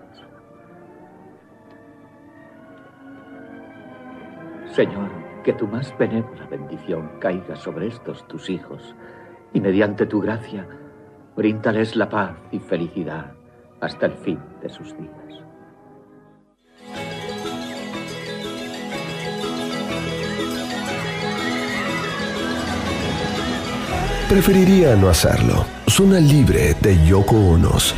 Speaker 9: Señor, que tu más benévola bendición caiga sobre estos tus hijos y mediante tu gracia bríndales la paz y felicidad hasta el fin de sus días.
Speaker 1: Preferiría no hacerlo. Zona libre de Yoko Onos.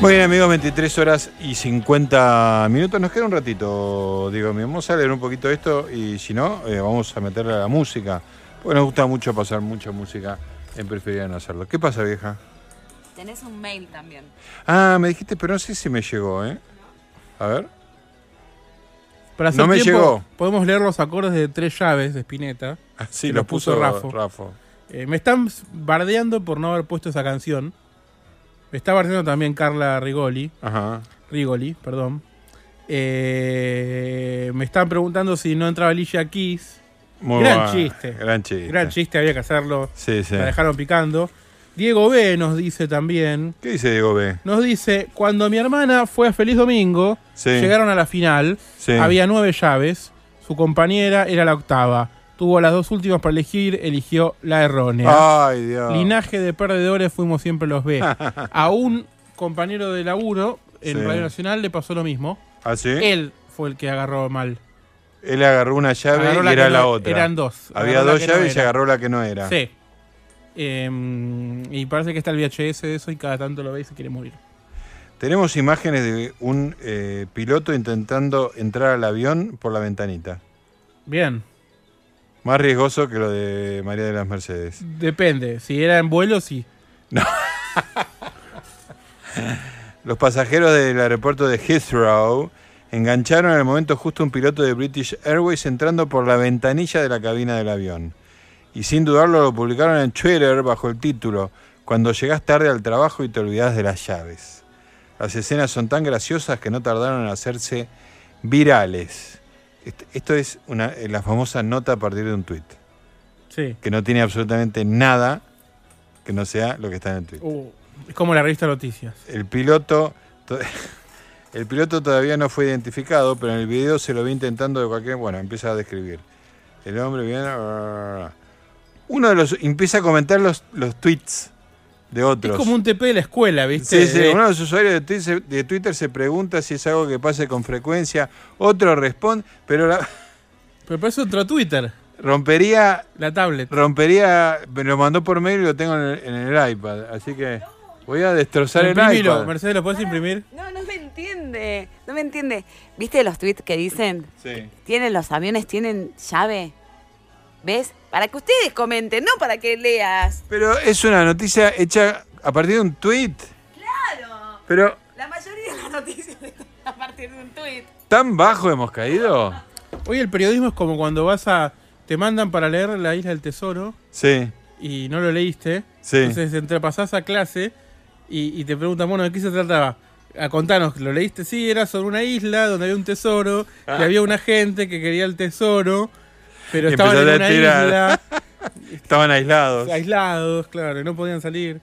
Speaker 2: Muy bien, amigos, 23 horas y 50 minutos. Nos queda un ratito, digo, mi Vamos a leer un poquito esto y si no, eh, vamos a meterle a la música. Porque nos gusta mucho pasar mucha música en preferiría no hacerlo. ¿Qué pasa, vieja?
Speaker 11: Tenés un mail también.
Speaker 2: Ah, me dijiste, pero no sé si me llegó, ¿eh? A ver.
Speaker 3: Para hacer
Speaker 2: no me
Speaker 3: tiempo,
Speaker 2: llegó. Ah,
Speaker 3: Podemos leer los acordes de tres llaves de Spinetta.
Speaker 2: Sí,
Speaker 3: que
Speaker 2: lo puso
Speaker 3: Rafa.
Speaker 2: Rafo.
Speaker 3: Eh, me están bardeando por no haber puesto esa canción. Me está bardeando también Carla Rigoli.
Speaker 2: Ajá.
Speaker 3: Rigoli, perdón. Eh, me están preguntando si no entraba Alicia Keys.
Speaker 2: Muy
Speaker 3: gran
Speaker 2: bueno,
Speaker 3: chiste.
Speaker 2: gran chiste.
Speaker 3: Gran chiste, había que hacerlo.
Speaker 2: Sí, sí.
Speaker 3: La dejaron picando. Diego B nos dice también.
Speaker 2: ¿Qué dice Diego B?
Speaker 3: Nos dice, cuando mi hermana fue a Feliz Domingo,
Speaker 2: Sí.
Speaker 3: llegaron a la final,
Speaker 2: Sí.
Speaker 3: había nueve llaves, su compañera era la octava, tuvo las dos últimas para elegir, eligió la errónea.
Speaker 2: Ay, Dios.
Speaker 3: Linaje de perdedores fuimos siempre los B. a un compañero de laburo en
Speaker 2: Sí.
Speaker 3: Radio Nacional le pasó lo mismo.
Speaker 2: ¿Ah, sí?
Speaker 3: Él fue el que agarró mal.
Speaker 2: Él agarró una llave
Speaker 3: Agarró
Speaker 2: y
Speaker 3: la
Speaker 2: era
Speaker 3: que
Speaker 2: la
Speaker 3: no-
Speaker 2: otra.
Speaker 3: Eran dos.
Speaker 2: Había
Speaker 3: Agarró la
Speaker 2: dos
Speaker 3: que no
Speaker 2: llaves y se
Speaker 3: era.
Speaker 2: agarró la que no era.
Speaker 3: Sí. Em, y parece que está el VHS de eso y cada tanto lo ve y se quiere morir.
Speaker 2: Tenemos imágenes de un eh, piloto intentando entrar al avión por la ventanita.
Speaker 3: Bien.
Speaker 2: Más riesgoso que lo de María de las Mercedes.
Speaker 3: Depende, si era en vuelo, sí.
Speaker 2: Los pasajeros del aeropuerto de Heathrow engancharon en el momento justo un piloto de British Airways entrando por la ventanilla de la cabina del avión. Y sin dudarlo lo publicaron en Twitter bajo el título Cuando llegas tarde al trabajo y te olvidas de las llaves. Las escenas son tan graciosas que no tardaron en hacerse virales. Est- Esto es una, eh, la famosa nota a partir de un tuit,
Speaker 3: Sí.
Speaker 2: que no tiene absolutamente nada que no sea lo que está en el tuit.
Speaker 3: Uh, es como la revista Noticias.
Speaker 2: El piloto, to- el piloto todavía no fue identificado, pero en el video se lo vi intentando de cualquier. Bueno, empieza a describir. El hombre viene. Uno de los. Empieza a comentar los, los tweets de otros.
Speaker 3: Es como un eh, TP de la escuela, ¿viste?
Speaker 2: Sí, sí,
Speaker 3: De-
Speaker 2: uno de los usuarios de Twi- se- de Twitter, se pregunta si es algo que pase con frecuencia. Otro responde, pero la-
Speaker 3: Pero parece otro Twitter,
Speaker 2: rompería.
Speaker 3: la tablet.
Speaker 2: Rompería. Me lo mandó por mail y lo tengo en el, en el iPad. Así que voy a destrozar el
Speaker 3: Imprimilo,
Speaker 2: iPad.
Speaker 3: Mercedes, ¿lo puedes imprimir?
Speaker 11: No, no me entiende. No me entiende. ¿Viste los tweets que dicen?
Speaker 2: Sí.
Speaker 11: ¿Tienen los aviones, tienen llave? ¿Ves? Para que ustedes comenten, no para que leas.
Speaker 2: Pero es una noticia hecha a partir de un tweet.
Speaker 11: Claro.
Speaker 2: Pero
Speaker 11: La mayoría de las noticias están a partir de un tweet.
Speaker 2: tan bajo hemos caído.
Speaker 3: Hoy el periodismo es como cuando vas a. Te mandan para leer La Isla del Tesoro
Speaker 2: Sí.
Speaker 3: y no lo leíste.
Speaker 2: Sí.
Speaker 3: Entonces entrepasás a clase y, y te preguntan, bueno, ¿de qué se trataba? A contanos, ¿lo leíste? Sí, era sobre una isla donde había un tesoro y
Speaker 2: Ah.
Speaker 3: había una gente que quería el tesoro, pero
Speaker 2: Y
Speaker 3: estaban en
Speaker 2: empezaste a
Speaker 3: una
Speaker 2: tirar.
Speaker 3: isla.
Speaker 2: Estaban aislados.
Speaker 3: aislados, claro, y no podían salir.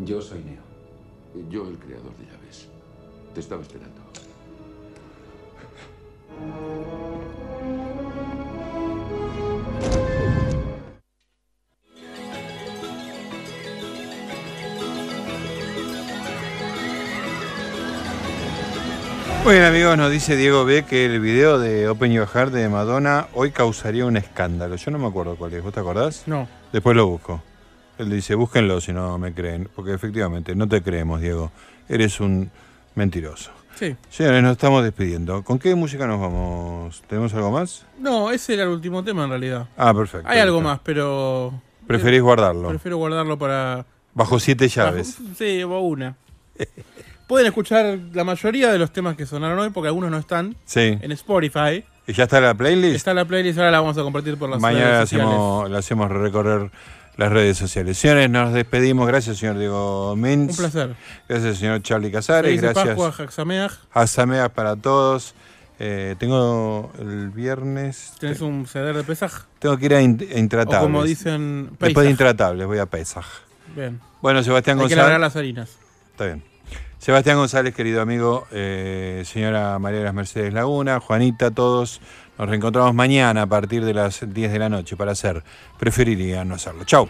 Speaker 8: Yo soy Neo. Yo el creador de llaves. Te estaba esperando.
Speaker 2: Muy bien amigos, nos dice Diego B que el video de Open Your Heart de Madonna hoy causaría un escándalo. Yo no me acuerdo cuál es, ¿vos te acordás?
Speaker 3: No.
Speaker 2: Después lo busco. Él dice, búsquenlo si no me creen, porque efectivamente no te creemos, Diego. Eres un mentiroso.
Speaker 3: Sí.
Speaker 2: Señores, nos estamos despidiendo. ¿Con qué música nos vamos? ¿Tenemos algo más?
Speaker 3: No, ese era el último tema en realidad.
Speaker 2: Ah, perfecto.
Speaker 3: Hay algo más, pero.
Speaker 2: Preferís guardarlo.
Speaker 3: Prefiero guardarlo para.
Speaker 2: Bajo siete llaves.
Speaker 3: Sí, o una. Pueden escuchar la mayoría de los temas que sonaron hoy, porque algunos no están
Speaker 2: Sí.
Speaker 3: en Spotify.
Speaker 2: ¿Y ya está la playlist?
Speaker 3: Está la playlist, ahora la vamos a compartir por las
Speaker 2: Mañana la
Speaker 3: redes sociales.
Speaker 2: hacemos, la hacemos recorrer las redes sociales. Señores, nos despedimos. Gracias, señor Diego Mintz.
Speaker 3: Un placer.
Speaker 2: Gracias, señor Charlie Casares.
Speaker 3: Felices
Speaker 2: Gracias.
Speaker 3: Pascua, Jaxameaj.
Speaker 2: Asamea para todos. Eh, tengo el viernes.
Speaker 3: Tenés un ceder de pesaj.
Speaker 2: Tengo que ir a, In- a Intratables.
Speaker 3: O como dicen,
Speaker 2: Después
Speaker 3: Paisaj.
Speaker 2: de Intratables, voy a Pesaj.
Speaker 3: Bien.
Speaker 2: Bueno, Sebastián
Speaker 3: Hay que
Speaker 2: González.
Speaker 3: largar las harinas.
Speaker 2: Está bien. Sebastián González, querido amigo, eh, señora María de las Mercedes Laguna, Juanita, todos. Nos reencontramos mañana a partir de las 10 de la noche para hacer. Preferiría no hacerlo. Chau.